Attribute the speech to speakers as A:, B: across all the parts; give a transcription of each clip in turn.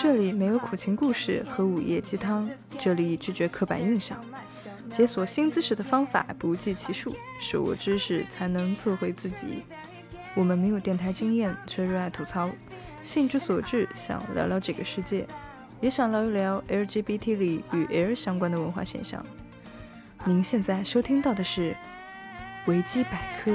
A: 这里没有苦情故事和午夜鸡汤，这里只觉刻板印象。解锁新姿势的方法不计其数，手握知识才能做回自己。我们没有电台经验，却热爱吐槽，兴之所至想聊聊这个世界，也想聊一聊 LGBT 里与 L 相关的文化现象。您现在收听到的是维基百科。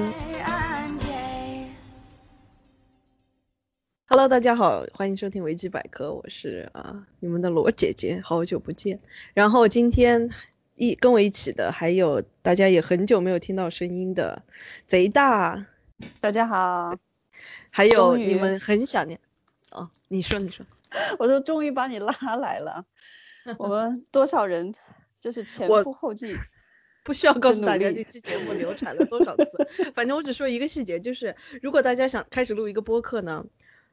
B: Hello，大家好，欢迎收听维基百科，我是啊你们的罗姐姐，好久不见。然后今天一跟我一起的还有大家也很久没有听到声音的贼大，
C: 大家 好，
B: 还有你们很想念哦，你说你说，
C: 我说终于把你拉来 了，我们多少人就是前赴后继。
B: 不需要告诉大家这期节目流产了多少次，反正我只说一个细节，就是如果大家想开始录一个播客呢。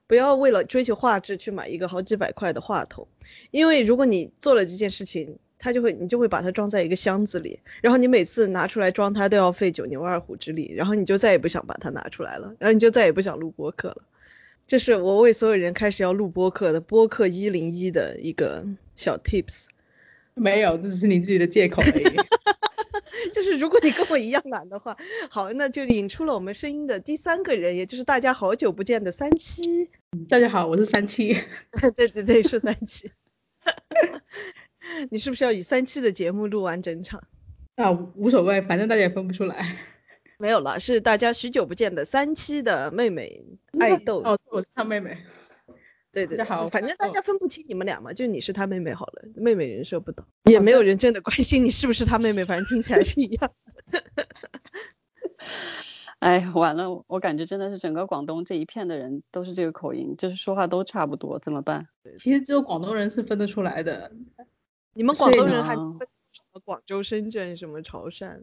B: 不要为了追求画质去买一个好几百块的话筒，因为如果你做了这件事情，它就会你就会把它装在一个箱子里，然后你每次拿出来装它都要费九牛二虎之力，然后你就再也不想把它拿出来了，然后你就再也不想录播客了。这是我为所有人开始要录播客的播客一零一的一个小 tips。
D: 没有，这是你自己的借口而已。
B: 就是如果你跟我一样懒的话，好，那就引出了我们声音的第三个人，也就是大家好久不见的三七。
D: 大家好，我是三七。
B: 对对对，是三七。 你是不是要以三期的节目录完整场？
D: 啊，无所谓，反正大家也分不出来。
B: 没有了，是大家许久不见的三期的妹妹爱豆。
D: 哦，我是她妹妹。
B: 对对,对，
D: 好，
B: 反嗯正大家哦分不清你们俩嘛，就你是他妹妹好了，妹妹人设不倒，也没有人真的关心你是不是他妹妹，反正听起来是一样。
C: 哎，完了，我感觉真的是整个广东这一片的人都是这个口音，就是说话都差不多，怎么办？
D: 其实只有广东人是分得出来的，
B: 你们广东人还分什么广州、深圳、什么潮汕？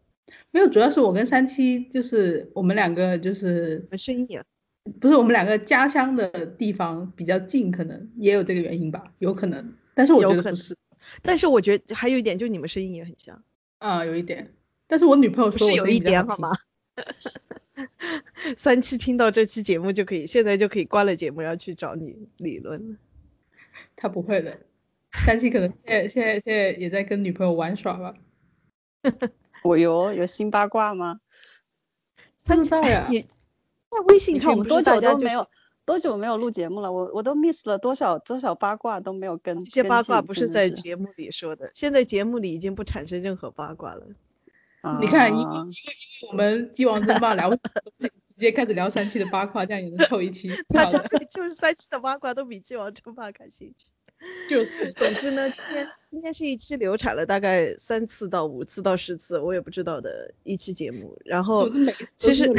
D: 没有，主要是我跟三七就是我们两个就是
B: 声音、啊。
D: 不是我们两个家乡的地方比较近，可能也有这个原因吧，有可能。但是我觉得不是。
B: 但是我觉得还有一点，就你们声音也很像。
D: 啊，有一点。但是我女朋友说
B: 是有一点好吗？ 三七听到这期节目就可以，现在就可以关了节目，然后去找你理论了。
D: 他不会的，三七可能现在现在现在也在跟女朋友玩耍吧。
C: 我有有新八卦吗？
D: 三七呀。
B: 你在微信上，
C: 我们多久都没有多久没有录节目了，我我都 miss 了多少多少八卦都没有跟。
B: 这些八卦不是在节目里说的，现在节目里已经不产生任何八卦了。
C: 啊、
D: 你看，因为因为我们鸡王争霸聊，直接开始聊三期的八卦，这样也能凑一期。
B: 大家对 就是三期的八卦都比鸡王争霸感兴趣。
D: 就是，
B: 总之呢，今天今天是一期流产了大概三次到五次到十次，我也不知道的一期节目。然
D: 哦
B: 后其实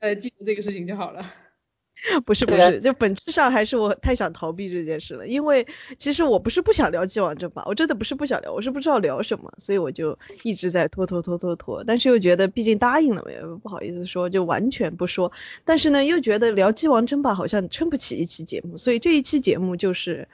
D: 呃记住这个事情就好了。
B: 不是不是，就本质上还是我太想逃避这件事了，因为其实我不是不想聊既往症吧，我真的不是不想聊，我是不知道聊什么，所以我就一直在拖拖拖拖拖，但是又觉得毕竟答应了嘛，也不好意思说就完全不说，但是呢又觉得聊既往争吧好像撑不起一期节目，所以这一期节目就是。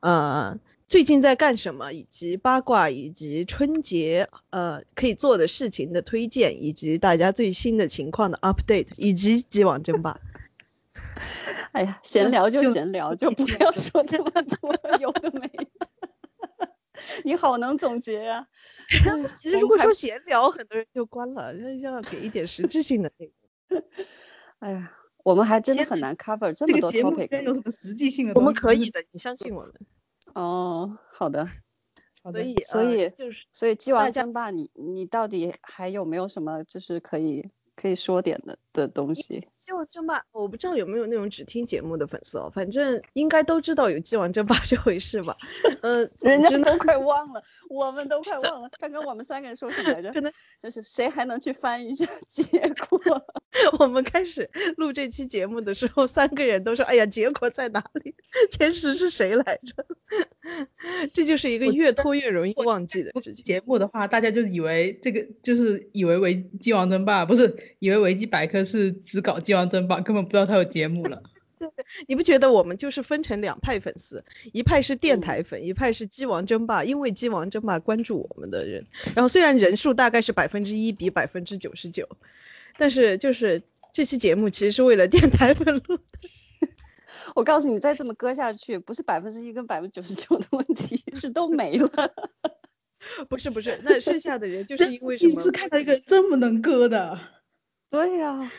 B: 呃，最近在干什么，以及八卦，以及春节呃可以做的事情的推荐，以及大家最新的情况的 update，以及既往争霸。
C: 哎呀，闲聊就闲聊，就不要说那么多有的没 的。你好，能总结啊。
B: 嗯 其实如果说闲聊，很多人就关了，要给一点实质性的内容。
C: 哎呀。我们还真的很难 cover 这么多 topic。
D: 这个有什么实际性的？
B: 我们可以的，你相信我们。
C: 哦，好的。
D: 好
B: 的。所以，呃
C: 所以
B: 就是，
C: 所以鸡王争霸，你你到底还有没有什么就是可以可以说点的的东西？
B: 鸡王争霸，我不知道有没有那种只听节目的粉丝哦，反正应该都知道有鸡王争霸这回事吧？嗯
C: 呃，人家都快忘了，我们都快忘了。刚刚我们三个人说什么来着？
B: 可能
C: 就是谁还能去翻一下结果？
B: 我们开始录这期节目的时候，三个人都说：“哎呀，结果在哪里？ 前十是谁来着？” 这就是一个越拖越容易忘记的事情。
D: 节目的话，大家就以为这个就是以为维基王争霸不是，以为维基百科是只搞鸡王争霸，根本不知道它有节目 了。
B: 对，你不觉得我们就是分成两派粉丝，一派是电台粉，嗯、一派是鸡王争霸，因为鸡王争霸关注我们的人，然后虽然人数大概是百分之一比百分之九十九。但是就是这期节目其实是为了电台粉录的，
C: 我告诉你，再这么割下去，不是百分之一跟百分之九十九的问题，是都没了。
B: 不是不是，那剩下的人就是因为什
D: 第一
B: 么
D: 次？看到一个人这么能割的，
C: 对呀、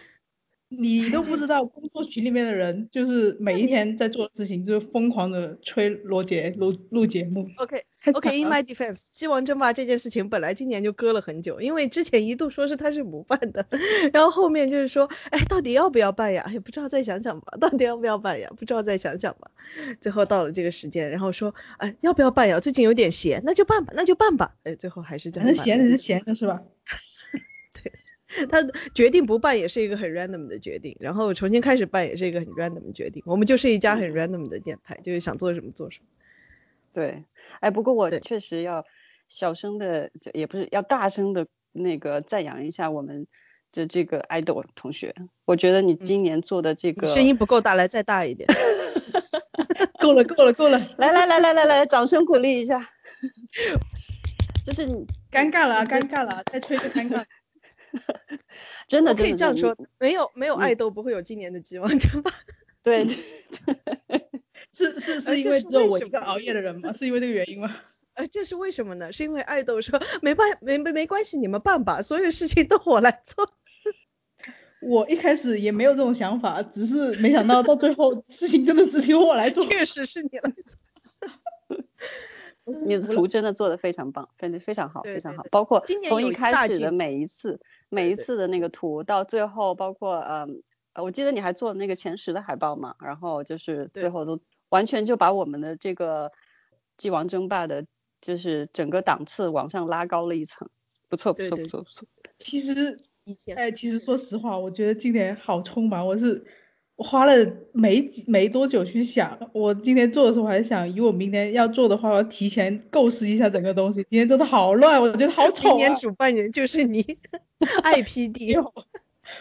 D: 你都不知道工作群里面的人就是每一天在做的事情，就是疯狂的吹罗杰录录节目。
B: OK
D: 太
B: OK
D: 惨啊
B: in
D: 了
B: my defense，鸡王争霸这件事情本来今年就搁了很久，因为之前一度说是他是不办的，然后后面就是说，哎，到底要不要办呀？也不知道，再想想吧。到底要不要办呀？不知道，再想想吧。最后到了这个时间，然后说，哎，要不要办呀？最近有点闲，那就办吧，那就办吧。哎，最后还是真的
D: 反正
B: 办
D: 闲着
B: 了
D: 是闲着是吧？
B: 他决定不办也是一个很 random 的决定，然后重新开始办也是一个很 random 的决定。我们就是一家很 random 的电台，就是想做什么做什么。
C: 对，哎，不过我
B: 对
C: 确实要小声的，就也不是要大声的那个赞扬一下我们的这个 idol 同学，我觉得你今年做的这
B: 嗯你
C: 个，
B: 声音不够大，来再大一点。
D: 够了够了够了，
C: 来来来来来来，掌声鼓励一下， 就是你
D: 尴尬了啊尴尬了啊，再吹就尴尬了。
C: 真的
B: 我可以
C: 真的
B: 这样
C: 你
B: 说，没有没有
C: 你
B: 爱豆不会有今年的鸡 王争霸。
C: 对，
D: 是是
B: 哎
D: 是因
B: 这
D: 为
B: 是
D: 只有
B: 为
D: 我
B: 什
D: 一个
B: 么
D: 熬夜的人吗？是因为这个原因吗？
B: 呃，这是为什么呢？是因为爱豆说没办没没没关系，你们办吧，所有事情都我来做。
D: 我一开始也没有这种想法，只是没想到到最后事情真的只有我来做。
B: 确实是你 来做。
C: 你的图真的做的非常棒，非常非常好，
B: 对
C: 非常
B: 对
C: 好
B: 对。
C: 包括
B: 今年
C: 从
B: 有
C: 一
B: 一大
C: 开始
B: 进
C: 的
B: 步
C: 每一次，每
B: 对
C: 一
B: 对
C: 次的那个图，到最后包括嗯，呃我记得你还做了那个前十的海报嘛，然后就是最
B: 对
C: 后都完全就把我们的这个鸡王争霸的，就是整个档次往上拉高了一层，不错不
B: 对
C: 错
B: 对
C: 不错不错。
D: 其实，
B: 以前
D: 哎，其实说实话，我觉得今年好匆忙，我是我花了没几没多久去想，我今天做的时候我还想，以我明年要做的话，我要提前构思一下整个东西。今天做的好乱，我觉得好丑、啊。
B: 明年主办人就是 你，IPD。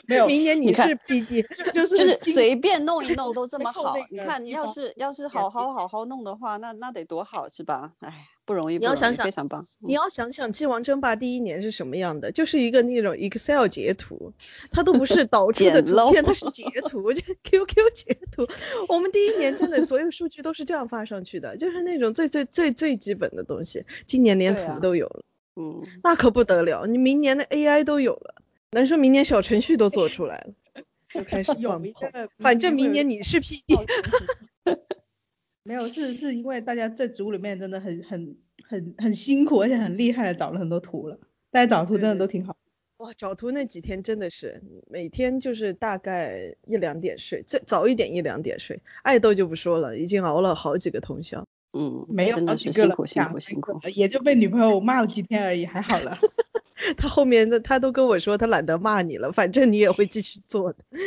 D: 没有
B: 明年
C: 你
B: 你
C: 看
B: 是 PD。
D: 就就是
C: 就是
D: 今
C: 随便弄一弄都这么
D: 扣
C: 好
D: 那，
C: 你
D: 个
C: 看
D: 地
C: 要
D: 方
C: 是要是
B: 剪
C: 好
B: 辑
C: 好好好弄的话，那那得多好是吧？哎，不容易，
B: 你
C: 不
B: 要
C: 容
B: 想
C: 易，
B: 想
C: 非常棒。嗯
B: 你要想想《鸡王争霸》第一年是什么样的，就是一个那种 Excel 截图，它都不是导出的
C: 简
B: 图
C: 陋
B: 片，它是截图， 就是 QQ 截图。我们第一年真的所有数据都是这样发上去的，就是那种最最最最基本的东西，今年连
C: 对啊
B: 图都有了，
C: 嗯。
B: 那可不得了，你明年的 AI 都有了，能说明年小程序都做出来了，就开 始
D: 有
B: 放
D: 一
B: 空。
D: 个，
B: 反正明年
D: 你。
B: 你是 E PD，
D: 没有，是是因为大家在组里面真的很很很很辛苦，而且很厉害的找了很多图了，大家找图
B: 对
D: 真的
B: 对
D: 都挺好。
B: 哇，找图那几天真的是每天就是大概一两点睡，再早一点一两点睡。爱豆就不说了，已经熬了好几个通宵。
C: 嗯，
D: 没有
C: 真
D: 好
C: 的是
D: 几个
C: 辛
D: 了，
C: 苦辛
D: 两
C: 苦
D: 三
C: 辛
D: 个
C: 苦。
D: 了也就被女朋友骂了几天而已，还好了。
B: 他后面的他都跟我说他懒得骂你了，反正你也会继续做的。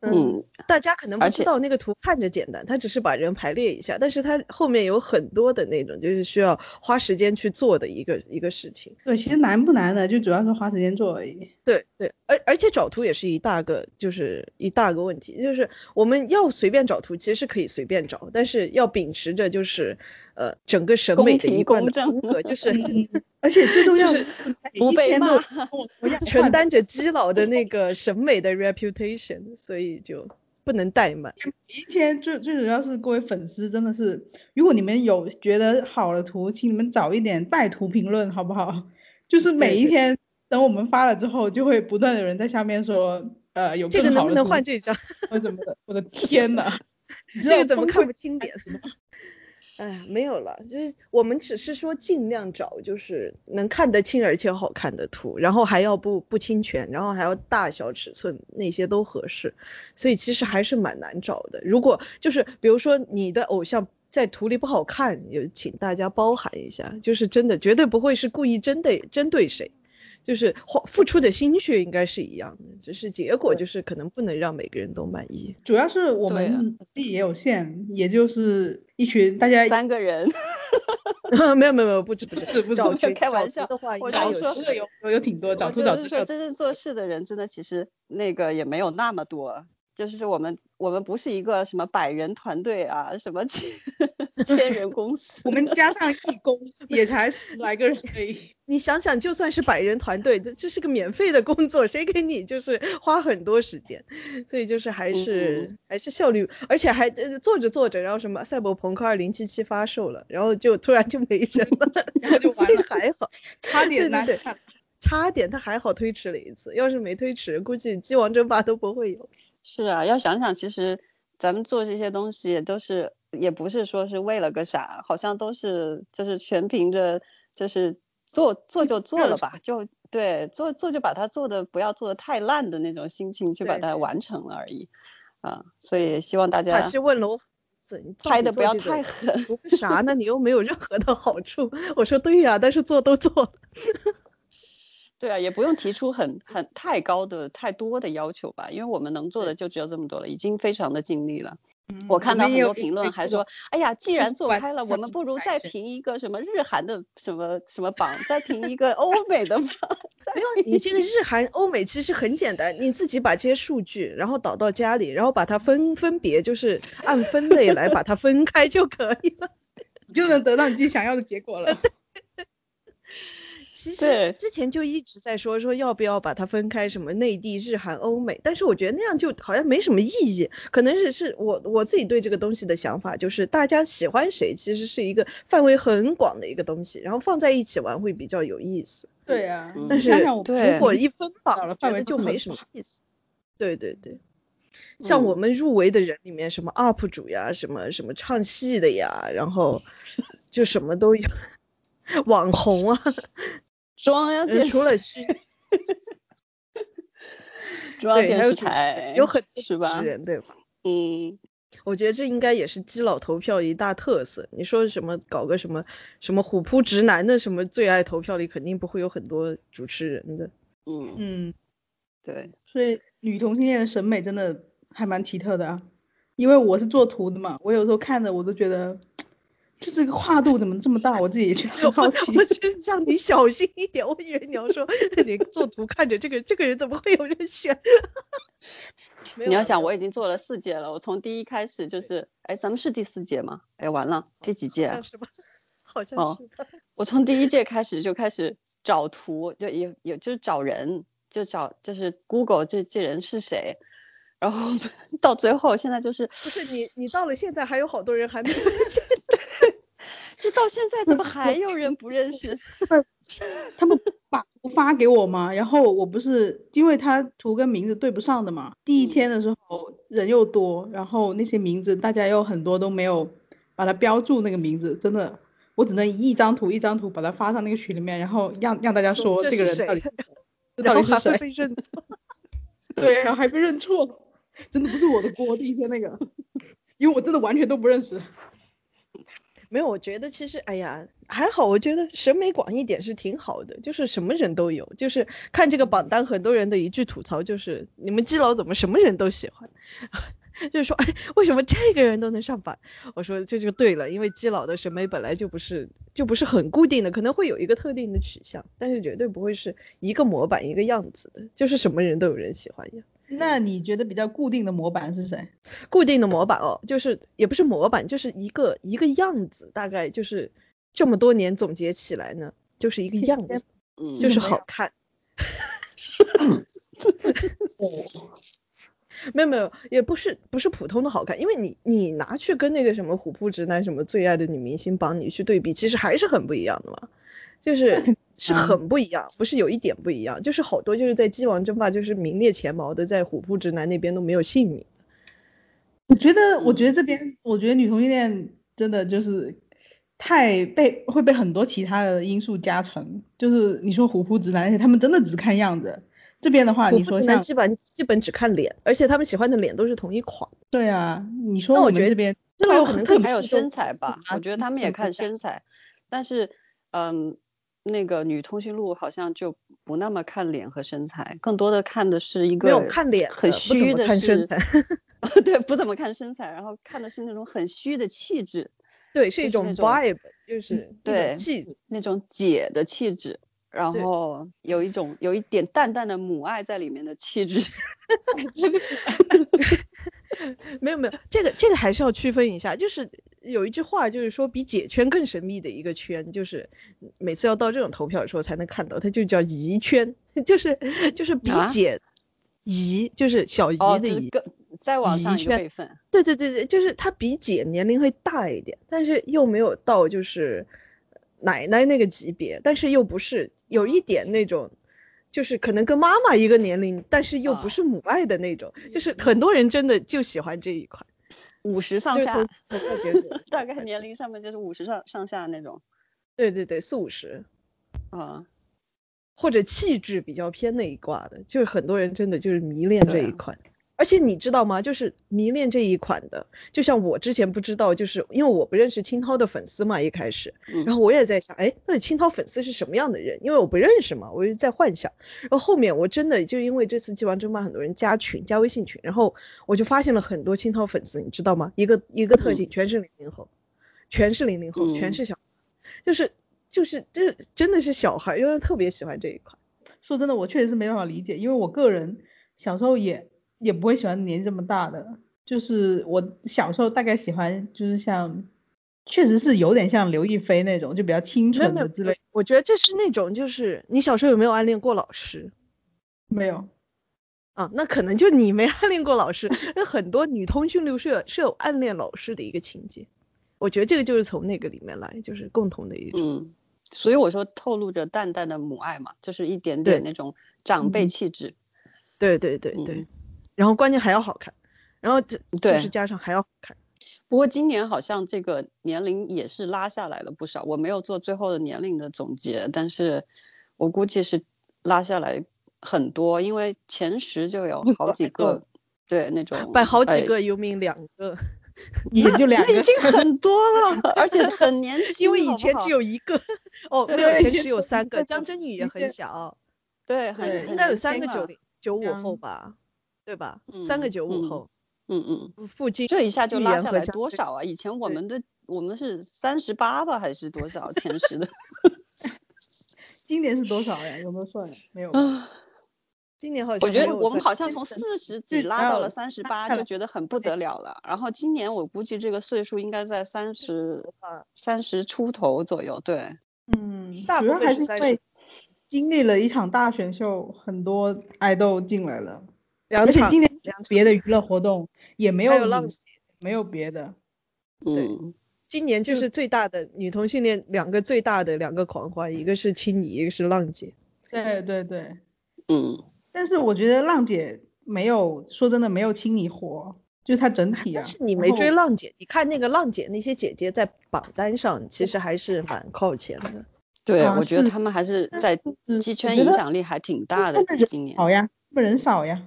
C: 嗯，
B: 大家可能不
C: 而
B: 知
C: 且
B: 道那个图看着简单，他只是把人排列一下，但是他后面有很多的那种就是需要花时间去做的一个一个事情。
D: 对，其实难不难的，就主要是花时间做而已。
B: 对对，而而且找图也是一大个，就是一大个问题，就是我们要随便找图，其实是可以随便找，但是要秉持着就是呃整个审
C: 公
B: 美的
C: 平
B: 一贯
C: 公
B: 的
C: 正
B: 风格，就是
D: 嗯而且最重要的是，每
C: 不
D: 一
C: 被
D: 天都
C: 骂
D: 有人跟我说要
B: 承
D: 换
B: 担着基佬的那个审美的 reputation，所以就不能怠 慢。
D: 一天最最主要是各位粉丝真的是，如果你们有觉得好的图，请你们早一点带图评论，好不好？就是每一
B: 对
D: 天等我们发了之后，就会不断有人在下面说，呃，有
B: 这个
D: 更
B: 能
D: 好
B: 不
D: 的
B: 能
D: 图
B: 换这张？
D: 或怎么的？我的天呐，你知
B: 这
D: 道
B: 个怎么
D: 崩
B: 看
D: 溃
B: 不清点？ 哎呀，没有了，就是我们只是说尽量找就是能看得清而且好看的图，然后还要不不侵权，然后还要大小尺寸那些都合适，所以其实还是蛮难找的。如果就是比如说你的偶像在图里不好看，也请大家包涵一下，就是真的绝对不会是故意针对针对谁，就是花付出的心血应该是一样的，只是结果就是可能不能让每个人都满意。
D: 主要是我
C: 对啊
D: 们自己也有限，也就是一群大家
C: 三个人，
B: 没有没有没有，不止不
D: 不止不
B: 止，
D: 止
B: 找
D: 不
B: 群
C: 开
B: 找
C: 玩
B: 群
C: 笑
B: 的话，应
C: 我
B: 该
C: 就
B: 有
C: 是说
D: 找这
B: 十
D: 个有有有挺多，
C: 我
D: 找
C: 就
D: 这找
C: 是
D: 这
C: 说
D: 个
C: 真正做事的人真的其实那个也没有那么多，就是我们我们不是一个什么百人团队啊，什么千 千人公司，
D: 我们加上义 工也才十来个人而已。
B: 你想想，就算是百人团队，这这是个免费的工作，谁给你就是花很多时间？所以就是还是、
C: 嗯
B: 还是效率，而且还、呃做着做着，然后什么赛博朋克二零七七发售了，然后就突然就没人了， 然后就完了，还好。
D: 差
B: 对
D: 点
B: 对
D: 难
B: 对
D: 看。
B: 差点他还好推迟了一次，要是没推迟，估计鸡王争霸都不会有。
C: 是啊，要想想，其实咱们做这些东西都是，也不是说是为了个啥，好像都是就是全凭着就是做做 就做
D: 热
C: 了吧，就对做做就把它做的不要做的太烂的那种心情去把
D: 对
C: 它完成了而已，啊，所以希望大
B: 塔
C: 家
B: 西问了我，子你到
C: 啊拍
B: 底
C: 的
B: 做
C: 不要
B: 这个
C: 太狠，
B: 不为啥呢？你又没有任何的好处。 我说对呀、但是做都做了。
C: 对啊，也不用提出很很太高的太多的要求吧，因为我们能做的就只有这么多了，已经非常的尽力了。
B: 嗯
C: 我看到
D: 们
C: 很
D: 嗯也
C: 多
D: 有
C: 评
D: 一
C: 论
D: 堆
C: 还
D: 这种
C: 说，哎呀，既然做
D: 管
C: 开了，
D: 制
C: 我
D: 上
C: 们
D: 的
C: 不如再
D: 裁决
C: 评一个什么日韩的什么什么榜，再评一 个欧美的榜。
B: 没有，你这个日韩、欧美其实很简单，你自己把这些数据，然后导到家里，然后把它分分别就是按分类来把它分开就可以了。
D: 你就能得到你自己想要的结 果了。
B: 其实
C: 对
B: 之前就一直在说说要不要把它分开，什么内地、日韩、欧美，但是我觉得那样就好像没什么意义。可能是是我我自己对这个东西的想法，就是大家喜欢谁其实是一个范围很广的一个东西，然后放在一起玩会比较有意思。
D: 对啊，
C: 嗯
B: 但
D: 你
B: 是
D: 想想我
C: 对
B: 如果一分
D: 到
B: 榜
D: 了，
B: 觉
D: 范
B: 得
D: 围
B: 就
D: 会
B: 没
D: 很
B: 什么意思。对对对，像我
C: 嗯
B: 们入围的人里面，什么 UP 主呀，什么什么唱戏的呀，然 后就什么都有，网红 啊，
C: 中央
B: 呃
C: 电
B: 除
C: 视
B: 了是
C: 中央
B: 对
C: 电
B: 还有
C: 视
B: 主持人
C: 台
B: 有很多
C: 是
B: 主持
C: 吧？
B: 人对吧？
C: 嗯，
B: 我觉得这应该也是基佬投票一大特色。你说什么搞个什么什么虎扑直男的什么最爱投票里，肯定不会有很多主持人的。
C: 嗯，
D: 嗯，
C: 对，
D: 所以女同性恋的审美真的还蛮奇特的啊。因为我是做图的嘛，我有时候看着我都觉得，就这个跨度怎么这么大，我自己也觉得很 好奇。
B: 我觉得让你小心一点，我以为你要说你做图看着这个这个人怎么会有人选？ 没有
C: 你要
B: 啊
C: 想，
B: 没有
C: 我已经做了四届了，我从第一开始就是，哎，咱们是第四届吗？哎，完了，第几届
B: 哦好
C: 啊
B: 像？是吧？好像
C: 哦
B: 是吧。
C: 我从第一届开始就开始找图，就也也就是找人，就找就是 Google 这这人是谁，然后到最后现在就是，
B: 不是你你到了现在还有好多人 还没
C: 就到现在怎么还有人不认 识？
D: 他们把图发给我嘛，然后我不是因为他图跟名字对不上的嘛，第一
C: 嗯
D: 天的时候人又多，然后那些名字大家又很多都没有把它标注那个名字，真的，我只能一张图一张图把它发上那个群里面，然后让让大家
B: 说
D: 说
B: 这
D: 这个
B: 是谁
D: 人到底是谁这
B: 然
D: 到
B: 后
D: 底是
B: 还会
D: 谁，
B: 被认 错。
D: 对，然后还被认错了，真的不是我的锅，第一天那个， 因为我真的完全都不认识。
B: 没有，我觉得其实，哎呀，还好，我觉得审美广一点是挺好的，就是什么人都有。就是看这个榜单，很多人的一句吐槽就是，你们基佬怎么什么人都喜欢？ 就是说，哎，为什么这个人都能上榜？我说这就对了，因为基佬的审美本来就不是就不是很固定的，可能会有一个特定的取向，但是绝对不会是一个模板一个样子的，就是什么人都有人喜欢呀。
D: 那你觉得比较固定的模板是谁？
B: 固定的模板哦，就是也不是模板，哦就是一个一个样子，大概就是这么多年总结起来呢，就是一个样子，
C: 嗯，
B: 就是
D: 什么
B: 好
D: 样
B: 看。
D: 哦，
B: 没有没有，也不是不是普通的好看，因为你你拿去跟那个什么虎扑直男什么最爱的女明星榜你去对比，其实还是很不一样的嘛，就是是
D: 强
B: 很不一样，不是有一点不一样，就是好多就是在鸡王争霸就是名列前茅的，在虎扑直男那边都没有姓名。
D: 我觉得，我觉得这边，我觉得女同性恋真的就是太被会被很多其他的因素加成，就是你说虎扑直男那些，他们真的只看样子。这边的话，
B: 虎
D: 啊你
B: 扑
D: 说
B: 直男
D: 像
B: 基本基本只看脸，而且他们喜欢的脸都是同一款。
D: 对啊，你说
B: 那
D: 我
B: 我
D: 们
B: 觉得
D: 这边
B: 这
D: 会
B: 个
D: 有
B: 可
D: 很
B: 能
D: 特别
C: 还有
D: 注重
C: 身材吧，
D: 啊
C: 我觉得他们也看身材，但是嗯，那个女通讯录好像就不那么看脸和身材，更多的看的是一个
B: 没有看脸
C: 很
B: 的不怎
C: 虚
B: 么
C: 的
B: 看身
C: 是
B: 材
C: 对，不怎么看身材，然后看的是那种很虚的气质，
B: 对，是
C: 就
B: 一
C: 是
B: 种
C: 那种嗯
B: vibe，就是一种
C: 对
B: 气质。
C: 那种姐的气质，然后有一种有一点淡淡的母爱在里面的气 质。 这个
B: 没有没有，这个这个还是要区分一下，就是有一句话就是说比解圈更神秘的一个圈，就是每次要到这种投票的时候才能看到，它就叫疑圈， 就是就是比
C: 啊
B: 解疑，就是小姨
C: 哦，
B: 的
C: 就是
B: 姨。
C: 更再往上一个
B: 圈
C: 辈分。
B: 对对对对，就是她比姐年龄会大一点，但是又没有到就是奶奶那个级别，但是又不是有一点那种，就是可能跟妈妈一个年龄，但是又不
C: 啊嗯
B: 是母爱的那种，就是很多人真的就喜欢这一款，
C: 五十上
B: 就是
C: 下
B: 从，从破 解者
C: 大概年龄上面就是五十上上下那种
B: 对对对四五十
C: 啊，
B: 或者气质比较偏那一挂的，就是很多人真的就是迷恋这
C: 对
B: 一
C: 啊
B: 款。而且你知道吗？就是迷恋这一款的，就像我之前不知道，就是因为我不认识青涛的粉丝嘛，一开始，
C: 嗯
B: 然后我也在想，哎，那青涛粉丝是什么样的人？因为我不认识嘛，我就在幻想。然后后面我真的就因为这次鸡王争霸，很多人加群、加微信群，然后我就发现了很多青涛粉丝，你知道吗？一个一个特性，全是零零后，全是零零后，全
C: 嗯
B: 是小，就是就是这真的是小孩，因为特别喜欢这一款。
D: 说真的，我确实是没办法理解，因为我个人小时候也也不会喜欢年纪这么大的，就是我小时候大概喜欢就是像，确实是有点像刘亦菲那种，就比较清
B: 没有
D: 纯
B: 没
D: 的
B: 有
D: 之类。，
B: 我觉得这是那种就是你小时候有没有暗恋过老师？
D: 没有，
B: 啊，那可能就你没暗恋过老 师，那很多女通讯录是有是有暗恋老师的一个情节，我觉得这个就是从那个里面来，就是共同的一种。
C: 嗯，所以我说透露着淡淡的母爱嘛，就是一点点
B: 对
C: 那种长辈
D: 嗯
C: 气质。
B: 对对对对，
C: 嗯
B: 然后关键还要好看，然后这就
C: 对
B: 是加上还要好看，
C: 不过今年好像这个年龄也是拉下来了不少，我没有做最后的年龄的总结，但是我估计是拉下来很多，因为前十就有好几个，对那种
B: 摆好几
C: 哎
B: 个，有名两个，
D: 哎也就 两
C: 那已
D: 个。
C: 经很多了，而且很年轻，
B: 因为
C: 好
B: 以
C: 不
B: 前
C: 好
B: 只有一 个，哦，没
D: 对
B: 有，前
D: 以前
B: 十
D: 都
B: 有
D: 是
B: 三
D: 各
B: 个，张
D: 种
B: 真宇也
D: 一
B: 很
D: 些
B: 小，
C: 对很
D: 对
C: 很
B: 应该有
C: 年
B: 三
C: 轻
B: 个九
C: 了
B: 零九五后
D: 嗯
B: 吧，对吧？三个
C: 嗯
B: 九五
C: 嗯
B: 后，
C: 嗯嗯，
B: 附近
C: 这一下就
B: 预
C: 拉
B: 言
C: 下
B: 和
C: 来
B: 张
C: 多
B: 震
C: 少啊？以前我
B: 对
C: 们的我们是三十八吧，还是多少前 十的？
D: 今年是多少呀？有没有算呀？没有吧。
C: 啊，
B: 今年好像
C: 我觉
B: 没
C: 得
B: 有
C: 我们
B: 算
C: 好像
D: 真
C: 从
D: 的
C: 四十
D: 这
C: 几拉到了
D: 哪有
C: 三十
D: 拉
C: 八，
D: 下
C: 就
D: 来
C: 觉得很不得了了。然后今年我估计这个岁数应该在三十
B: 吧
C: 三十出头左右，对，
D: 嗯，
B: 大
D: 主
B: 部
D: 要
B: 分
D: 还
B: 是
D: 是因
B: 30
D: 为经历了一场大选秀，很多爱豆进来了，
B: 两
D: 而且
B: 场
D: 今年
B: 两场
D: 别的娱乐活动也没
B: 还有
D: 有
B: 浪
D: 你
B: 姐
D: 没有别的。
C: 嗯，
B: 今年就是最大的女同性恋两个最大的两个狂欢，一个是青你，一个是浪姐。
D: 对对对。
C: 嗯，
D: 但是我觉得浪姐没有，说真的没有青你火，就是她整体啊。
B: 但是你
D: 然
B: 没追
D: 后，
B: 浪姐，你看那个浪姐那些姐姐在榜单上其实还是蛮靠前的。
C: 对，
D: 啊
C: 我觉得
D: 是
C: 他们还是
B: 嗯
D: 但
C: 在
D: 是
C: 鸡
D: 我
C: 圈
D: 觉
C: 影
D: 得
C: 响力还挺大的
D: 他们人，
C: 今年。
D: 少呀，他们人少呀。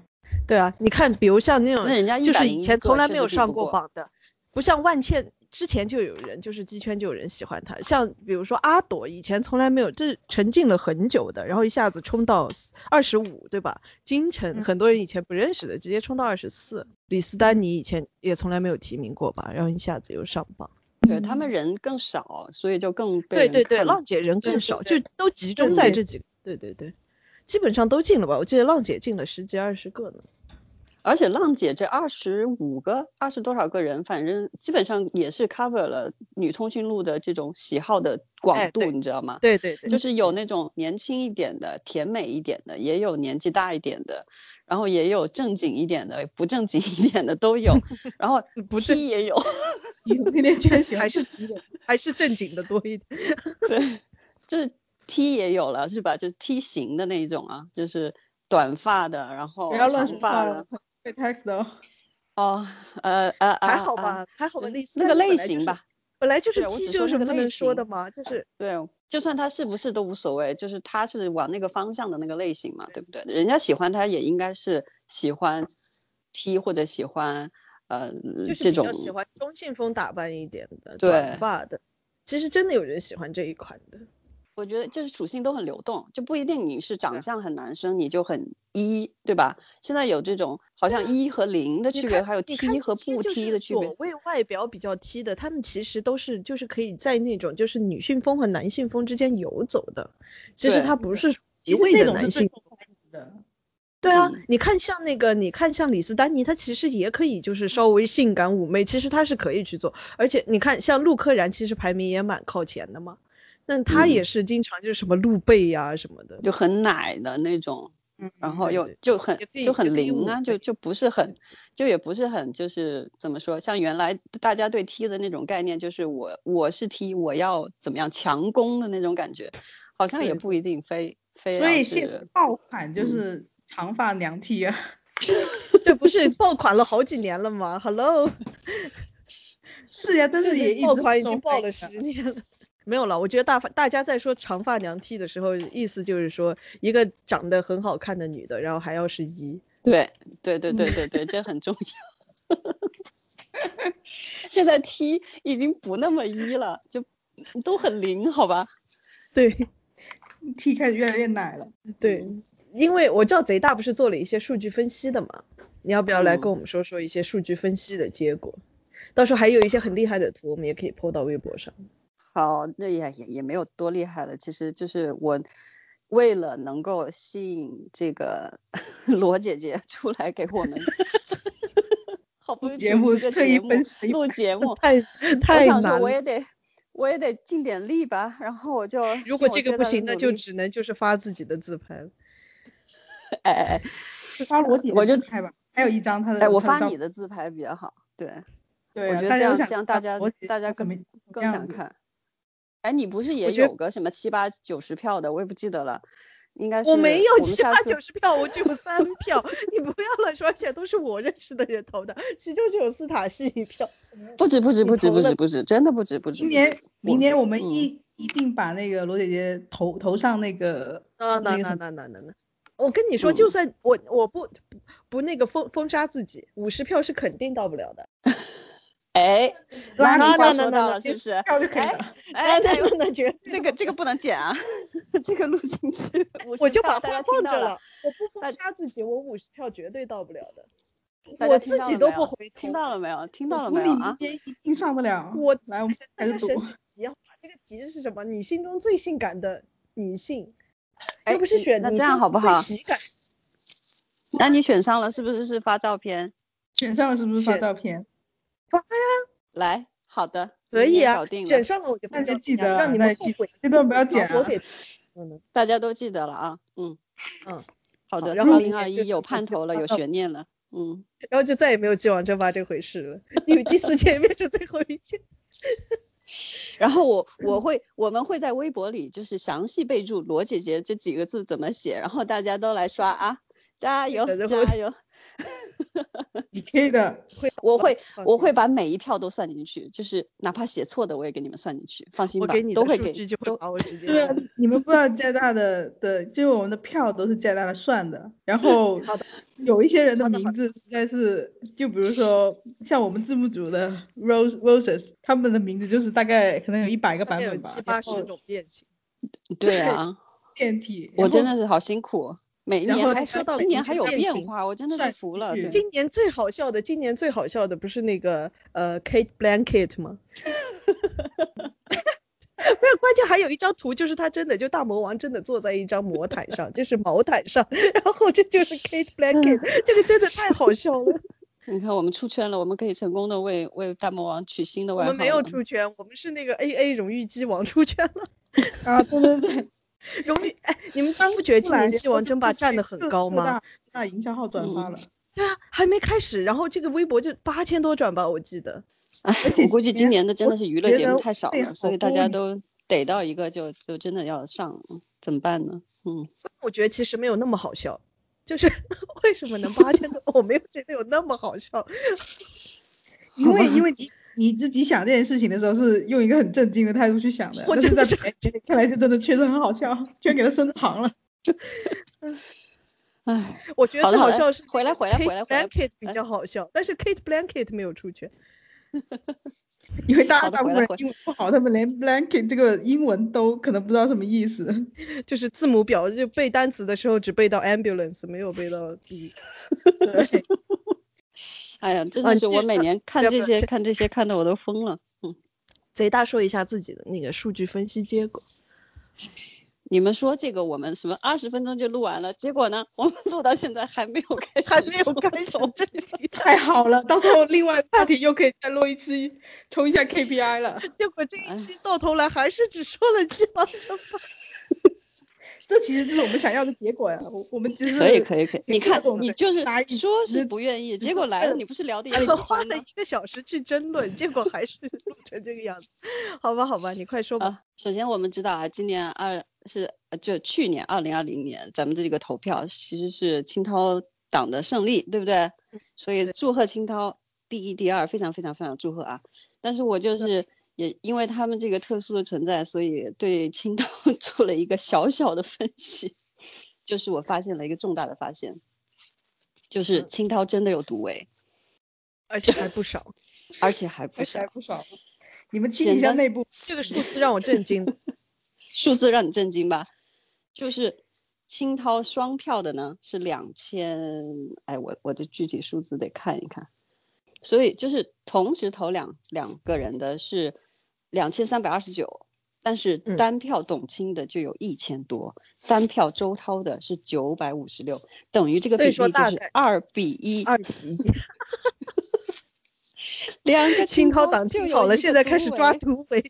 B: 对啊，你看，比如像那种
C: 那人家
B: 就是以
C: 101
B: 前从
C: 个
B: 来
C: 确
B: 没
C: 实
B: 有
C: 比
B: 上
C: 不
B: 过
C: 过
B: 榜的，不像万茜之前就有人，就是鸡圈就有人喜欢她。像比如说阿朵，以前从来没有，这是沉浸了很久的，然后一下子冲到二十五，对吧？金晨
D: 嗯
B: 很多人以前不认识的，直接冲到二十四。李斯丹妮以前也从来没有提名过吧，然后一下子又上榜。
C: 对他们人更少，所以就更被
B: 嗯对
C: 人
B: 对对，
C: 看
B: 浪姐人
D: 对
B: 更
D: 对
B: 少，就
D: 对
B: 都集
D: 对
B: 中在
D: 对
B: 这几个。对对对，基本上都进了吧？我记得浪姐进了十几二十个呢。
C: 而且浪姐这二十五个、二十多少个人，反正基本上也是 cover 了女通讯录的这种喜好的
B: 哎
C: 广度，
B: 对嗯
C: 你知道吗？
B: 对对对，
C: 就是有那种年轻一点的、甜美一点的，也有年纪大一点的，然后也有正经一点的、不正经一点的 都有，然后
B: 不
C: P
B: 正
C: 也有，
D: 你那天居然喜欢
B: 还是还是正经的多一点。
C: 对，就是 T 也有了是吧？就是 T 型的那一种啊，就是短发的，然后
D: 不要乱
C: 长
D: 说
C: 发
D: 话
C: 的
D: 了，，被 text 到。
C: 哦，呃呃，
B: 还
C: 啊
B: 好？
C: 啊
B: 吧，还好吧，
C: 就
B: 类似
C: 那个类型吧，。
B: 本来就是
C: 对我
B: 鸡
C: 只
B: 就
C: 说
B: 是
C: 那个
B: 不
C: 类
B: 能说
C: 型
B: 的嘛，就是
C: 对，就算他是不是都无所谓，就是他是往那个方向的那个类型嘛，对不对？人家喜欢他也应该是喜欢 T 或者喜欢呃
B: 就是
C: 这
B: 比
C: 种
B: 较喜欢中性风打扮一点的
C: 对
B: 短发的。其实真的有人喜欢这一款的，
C: 我觉得就是属性都很流动，就不一定你是长相很男生你就很一，对吧？现在有这种好像一和零的
B: 啊你
C: 区别，
B: 看
C: 还有
B: 你
C: T
B: 看
C: 和
B: 这些
C: 不
B: 就是
C: T 的区别
B: 所。谓外表比较 T 的，他们其实都是就是可以在那种就是女性风和男性风之间游走的。其实
C: 对
B: 他不是一
D: 其实
B: 味的
D: 这种是
B: 男
D: 最
B: 性。
D: 受欢迎的。
B: 对啊
C: 嗯，
B: 你看像那个，你看像李斯丹妮，她其实也可以就是稍微性感妩媚，其实她是可以去做。而且你看像陆柯燃，其实排名也蛮靠前的嘛。那她也
C: 嗯
B: 是经常就是什么露背呀、什么的。
C: 就很奶的那种，然
B: 嗯
C: 后
B: 对
C: 又
B: 对
C: 就很
B: 也可以
C: 就很
B: 也可以
C: 灵啊，
B: 妩
C: 就
B: 媚
C: 就不是很，就也不是很就是怎么说，像原来大家对 T 的那种概念，就是我我是 T，我要怎么样强攻的那种感觉，好像也
B: 对
C: 不一定非非
D: 所以
C: 要
D: 现在
C: 是
D: 爆款就
C: 嗯
D: 是长发娘替啊，
B: 这不是爆款了好几年了吗？Hello，
D: 是呀，但是也一直
B: 爆
D: 不
B: 款已
D: 受
B: 经
D: 欢
B: 爆
D: 迎
B: 了
D: 啊
B: 十年了。没有了，我觉得大发大家在说长发娘替的时候，意思就是说一个长得很好看的女的，然后还要是一，
C: 对对对对对对，这很重要。 现在 T 已经不那么一了，就都很零，好吧？
B: 对
D: ，T 开始越来越奶了。
B: 对，因为我知道贼大不是做了一些数据分析的嘛，你要不要来
C: 嗯
B: 跟我们说说一些数据分析的结果？到时候还有一些很厉害的图，我们也可以 PO 到微博上。
C: 好，那也也也没有多厉害了，其实就是我为了能够吸引这个 罗姐姐 出来给 我们，好不容易
D: 节
C: 主持
D: 目
C: 个
D: 特
C: 节
D: 意
C: 目
D: 分析
C: 录节目，
B: 太
C: 我
B: 太
C: 想说
B: 难
C: 我
B: 了，
C: 也得我也得尽点力吧，然后我就
B: 如
C: 尽
B: 果
C: 我
B: 这
C: 最
B: 个不
C: 大的
B: 行，那
C: 努
B: 就
C: 力
B: 只能就是发自己的自拍了。
C: 哎哎哎
D: 发裸体的
C: 我就
D: 自拍吧，还有一张他 的，
C: 哎，我
D: 他
C: 发
D: 的照
C: 你，的自拍比较好，对，
D: 对
C: 我
D: 啊
C: 觉得
D: 大
C: 这
D: 家
C: 样
D: 都想
C: 这样
D: 看
C: 大
D: 他
C: 家
D: 裸体
C: 大
D: 是
C: 家
D: 什么
C: 更更
D: 样
C: 想
D: 子
C: 看。哎，你不是也
B: 觉得
C: 有个什么七八九十票的，我也不记得了，应该是
B: 我没有
C: 们
B: 七
C: 下
B: 八
C: 次
B: 九十票，我只有三票， 你不要乱说，而且都是我认识的人投的，其中只有斯塔西一票。
C: 不止不止
B: 你
C: 不止
B: 投
C: 不
B: 了
C: 止不止，真的不止不止。不
D: 明年
C: 止
D: 明年我们
C: 嗯
D: 一、一定把那个罗姐姐头头上那个
B: 那那
D: 那
B: 啊
D: 个
B: 那
D: 什
B: 那那那那，我跟你说，就
C: 嗯
B: 算我我不不不那个封封杀自己，五十票是肯定到不了的。
C: 哎，
D: 拉
C: 那
D: 你
C: 你
D: 话
C: 话
D: 说
C: 说
D: 到
C: 到
D: 了
C: 了
D: 就是
C: 不是？
D: 票就可以
C: 哎
D: 了。
B: 那
C: 哎，
B: 那
C: 哎
B: 那那绝对
C: 这个这个不能剪啊，这个录进去。50
B: 我就
C: 票
B: 把
C: 大
B: 话
C: 家听
B: 放
C: 到
B: 这
C: 了，，
B: 我不封
C: 大
B: 杀自己，我五十票绝对到不了的。
C: 大
B: 我
C: 家听
B: 自
C: 到
B: 己
C: 了
B: 都
C: 没
B: 不
C: 有
B: 回头。
C: 听到了没有？听
D: 我
C: 到了
D: 赌
C: 没有
D: 你
C: 啊？
D: 明年一定上不了。
B: 我
D: 来，我们现在
C: 哎
B: 大
D: 开
B: 家
D: 始赌
B: 神。奇极了，这个极是什么？你心中最性感的女性，
C: 哎
B: 又不是
C: 你
B: 选
C: 那
B: 你
C: 这
B: 心
C: 样好
B: 中
C: 不
B: 最
C: 好
B: 喜感
C: 那你选上了是不是是发照片？
D: 选上了是不是发
B: 选
D: 照片？
C: 来，好的，
B: 可
C: 明
B: 以
C: 年
B: 啊
C: 搞，定
B: 选
C: 了，
B: 上了我就
D: 大
B: 放
D: 家
B: 照
D: 记
B: 片啊
D: 得啊，
B: 让你
D: 大
B: 们
D: 家
B: 后
D: 记
B: 悔，
D: 这段不要剪
B: 我
D: 啊。
B: 给嗯
C: 大家都记得了啊。嗯，
B: 嗯，
C: 好
B: 好
C: 的，
B: 然后
C: 二
B: 明
C: 零
B: 年
C: 二
B: 就是
C: 一有
B: 我
C: 盼
B: 就
C: 头了，
B: 发
C: 有
B: 照
C: 悬念了。嗯，
B: 然后就再也没有既往争霸这回事了，因为第四届 变成最后一届。
C: 然后我我
B: 嗯
C: 会我们会在微博里就是详细备注“罗姐姐”这几个字怎么写，然后大家都来刷啊，加油
B: 的然后
C: 加 油！
D: 你可以的，
C: 我会
B: 放
C: 我
B: 心
C: 会把每一票都算进去，就是哪怕写错的我也给你们算进去，放心
B: 我
C: 吧
B: 给你，
C: 都
B: 的
C: 会
B: 数
C: 给
B: 据就会
C: 都
B: 把我直接
D: 对啊，你们不知道加大的的，就是我们的票都是加大的算的，然后
B: 好的
D: 有一些人的
B: 好的好
D: 名字实在是，就比如说像我们字幕组的 Rose Roses，他们的名字就是大概可能有一百个
B: 大
D: 版
B: 概有
D: 本吧，
B: 七八
C: 哦
B: 十种变形。
C: 对啊，
D: 变体，
C: 我
D: 然
C: 真
D: 后
C: 的是好辛苦，哦每
D: 然
C: 年
D: 后
C: 还
B: 说到
C: 今年还有
B: 变
C: 变
B: 形嗯
C: 化，我真的
D: 算
C: 是服了。
D: 进
C: 对，
B: 今年最好笑的，今年最好笑的不是那个呃 Kate Blanket 吗？没有，关键还有一张图，就是他真的就大魔王真的坐在一张魔毯上，就是毛毯上，然后这就是 Kate Blanket，这个真的太好笑了。
C: 你看我们出圈了，我们可以成功的为为大魔王取新的
B: 我
C: 外号了。
B: 们没有出圈，我们是那个 A A 荣誉鸡王出圈了。
D: 啊，对对 对，
B: 荣誉哎，你们不觉得今
D: 出来
B: 年
D: 的
B: 鸡
D: 都
B: 王
D: 是
B: 争霸
D: 各
B: 站
D: 大
B: 得很高
D: 各
B: 吗？
D: 大各大营销号转发
C: 嗯
D: 了，
B: 对啊，还没开始，然后这个微博就八千多转吧，我记得。
C: 哎
D: 而，且
C: 我估计
D: 今
C: 今
D: 年
C: 年的真
D: 我
C: 的是娱乐
D: 觉
C: 节
D: 得
C: 目太少
D: 最
C: 了，所
D: 好
C: 以大
D: 多
C: 家
D: 年
C: 都逮到一个就就真的要上，怎么办呢？嗯，
B: 我觉得其实没有那么好笑，就是 为什么能八千多？我没有觉得有那么好笑。
D: 因为因为你你自己想这件事情的时候是用一个很震惊的态度去想的，
B: 我
D: 但是
B: 真
D: 在
B: 的是
D: 别人看来就真的确实很好笑，居然给他升堂了。
C: 哎，
B: 我觉得
C: 好
B: 最
C: 了
B: 好
C: 好了
B: 笑是
C: 回来回来回
B: Kate
C: 来回来
B: Blanket 比较好笑，但是 Kate Blanket 没有出圈。
D: 因为大
C: 好
D: 家
C: 的回
D: 大部分
C: 来
D: 人
C: 回
D: 英文不好，他们连 blanket 这个英文都可能不知道什么意 思。
B: 就是字母表，就背单词的时候只背到 ambulance，没有背到 b。
D: 对，
C: 哎呀，真
B: 啊
C: 的
B: 你
C: 是
B: 继
C: 我
B: 续
C: 每
B: 看
C: 年看
B: 要
C: 这
B: 不
C: 些
B: 这
C: 看这些看的我都疯了。
B: 贼大说一下自己的那个数据分析结果，
C: 你们说这个我们什么二十分钟就录完了，结果呢，我们录到现在还没有开始，
B: 还没有开始，这
D: 太好了，到时候另外话题又可以再录一期，冲一下 KPI 了。
B: 结果这一期到头来还是只说了鸡毛蒜 皮。
D: 这其实就是我们想要的结果呀、我我们只是
C: 可以可以可以，你
D: 各
C: 看
D: 种
C: 你
D: 的
C: 就是
D: 答应
C: 说
D: 就是
C: 不愿意，
D: 只
C: 结
D: 是
C: 果来了
D: 为
C: 你不是聊的
D: 哎
C: 也
B: 我
C: 很
B: 花
C: 欢
B: 了
C: 吗？
B: 一个小时去争论，结果还是录成这个样子。好吧，好吧，你快说吧。
C: 啊，首先我们知道啊，今年二是呃就去年二零二零年咱们的这个投票其实是青涛党的胜利，对不对？所以祝贺青涛第一、第二，非常非常非常祝贺啊！但是我就是也因为他们这个特殊的存在，所以对青岛 做了一个小小的分析，就是我发现了一个重大的发现，就是
B: 嗯
C: 青涛真的有毒唯，
B: 而且还不少，
C: 而且还不
D: 而且
C: 少
D: 还。不少。你们清理一
C: 简
D: 下
C: 单
D: 内部，
B: 这个数字让我震惊 了。
C: 数字让你震惊吧？就是青涛双票的呢是两千，哎，我我的具体数字得看一看。所以就是同时投两两个人的是两千三百二十九，但是
B: 嗯
C: 单票董卿的就有一千多，单票周涛的是九百五十六，等于这个比
B: 所以说
C: 例就
B: 大
C: 是
B: 概
C: 二比一，
B: 二比一，
C: 两个
B: 清涛
C: 涛
B: 党
C: 就
B: 听
C: 有
B: 好了，
C: 一个哎
B: 现在开始
C: 独
B: 抓
C: 唯
B: 土匪。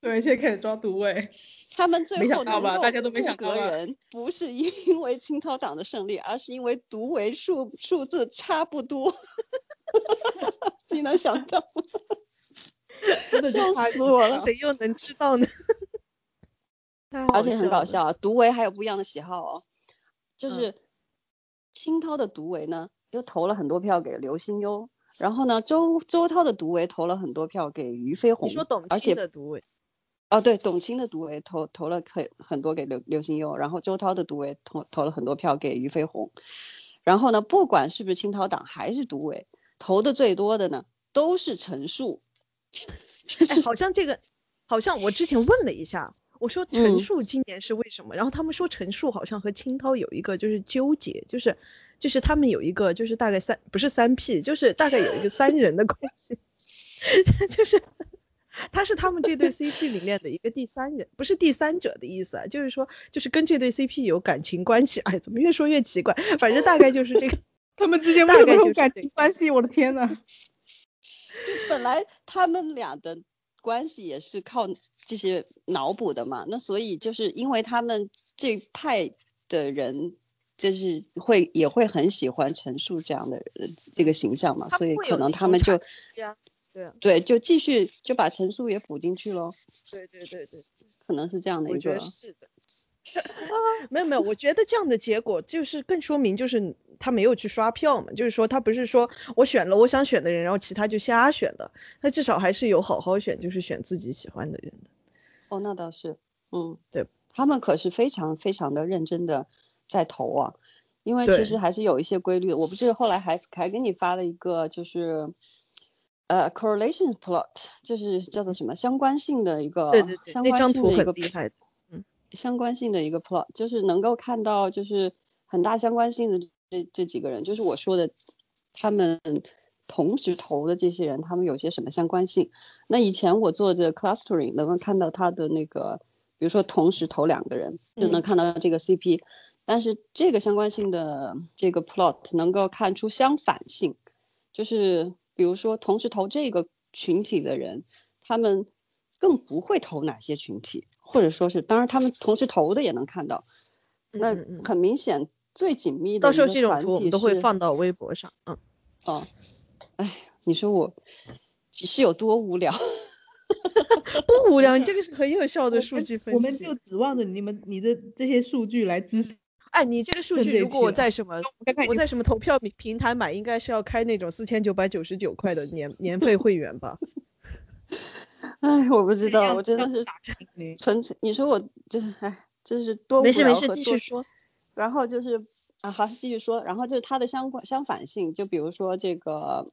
D: 对，现在开始抓独位。
C: 他们最
D: 没想
C: 后
D: 到
C: 能
D: 吧
C: 够
D: 大家都没
C: 不
D: 想到
C: 得
D: 吧
C: 人，不是因为青涛党的胜利，而是因为独为数数字差不多。 你能想到吗？
D: 真的就
C: 笑
D: 差一
C: 死我
D: 点
C: 了
D: 啊！
B: 谁又能知道呢？ 太好
C: 而且很搞
B: 了，
C: 笑啊，独为还有不一样的喜好哦，就
B: 嗯
C: 是青涛的独为呢，又投了很多票给刘心悠，然后呢，周周涛的独为投了很多票给俞飞鸿，
B: 你说董
C: 而
B: 卿
C: 且
B: 的独尾，
C: 哦，对，董卿的独唯投投了很很多给刘刘心悠，然后周涛的独唯投投了很多票给俞飞鸿，然后呢，不管是不是青涛党还是独唯，投的最多的呢都是陈数，
B: 哎，好像这个，好像我之前问了一下，我说陈
C: 嗯
B: 数今年是为什么？然后他们说陈数好像和青涛有一个就是纠结，就是就是他们有一个就是大概三不是三 P，就是大概有一个三人的关系， 就是他是他们这对 CP 里面的一个第三人，不是第三者的意思啊，就是说就是跟这对 CP 有感情关系。哎，怎么越说越奇怪？反正大概就是这个。
D: 他们之间为
B: 大
D: 什
B: 概
D: 么
B: 就
D: 有
B: 是
D: 感
B: 这
D: 情关系？我的天呐！
C: 就本来他们俩的关系也是靠这些脑补的嘛，那所以就是因为他们这派的人。就是会也会很喜欢陈数这样的人这个形象嘛，
B: 他
C: 所
B: 们
C: 以
B: 会
C: 可
B: 有
C: 能
B: 一
C: 他
B: 种
C: 们就
B: 产对啊，对啊，
C: 对就继续就把陈数也补进去喽。
B: 对对对对。
C: 可能是这样的
B: 我
C: 一
B: 觉
C: 个
B: 得。是 的。没有没有，我觉得这样的结果就是更说明就是他没有去刷票嘛，就是说他不是说我选了我想选的人，然后其他就瞎选的，他至少还是有好好选，就是选自己喜欢的人的。
C: 哦，那倒是，嗯，
B: 对，
C: 他们可是非常非常的认真的在投啊，因为
B: 对
C: 其实还是有一些规律的。我不是后来还还给你发了一个就是。呃、c o r r e l a t i o n plot 就是叫做什么相关性的一个
B: 对对对，
C: 相
B: 那
C: 关
B: 张
C: 性
B: 图
C: 的一
B: 很
C: 个
B: 厉害的。
C: 相关性的一个 plot，就是能够看到就是很大相关性的这这几个人，就是我说的他们同时投的这些人，他们有些什么相关性？那以前我做的 clustering 能够看到他的那个，比如说同时投两个人，就
B: 嗯
C: 能看到这个 CP，、但是这个相关性的这个 plot 能够看出相反性，就是比如说同时投这个群体的人，他们更不会投哪些群体，或者说是，当然他们同时投的也能看到。那
B: 嗯嗯嗯
C: 很明显，最紧密的
B: 到时候
C: 一个
B: 这种
C: 团
B: 图我
C: 体
B: 们都会
C: 是
B: 放到微博上，嗯，
C: 哦，哎，你说我是有多无聊？
B: 不无聊，你这个是很有效的
D: 我
B: 数
D: 们
B: 据分析。
D: 我们就指望着你们你的这些数据来支持。
B: 哎，你这个数
D: 更
B: 据
D: 猎
B: 如果
D: 奇
B: 我
D: 了
B: 在什么
D: 我刚才已
B: 我
D: 经
B: 在什么投票平平台买，应该是要开那种四千九百九十九块的年年费会员吧？
C: 哎，我不知
D: 这
C: 道，
D: 样
C: 我真的
D: 要
C: 是
D: 打开你
C: 纯粹，你说我就是哎，真是多
B: 没
C: 无
B: 事没
C: 聊
B: 事
C: 和
B: 继
C: 多
B: 续
C: 说。然后就是啊，好，继续说。然后就是它的相关相反性，就比如说这个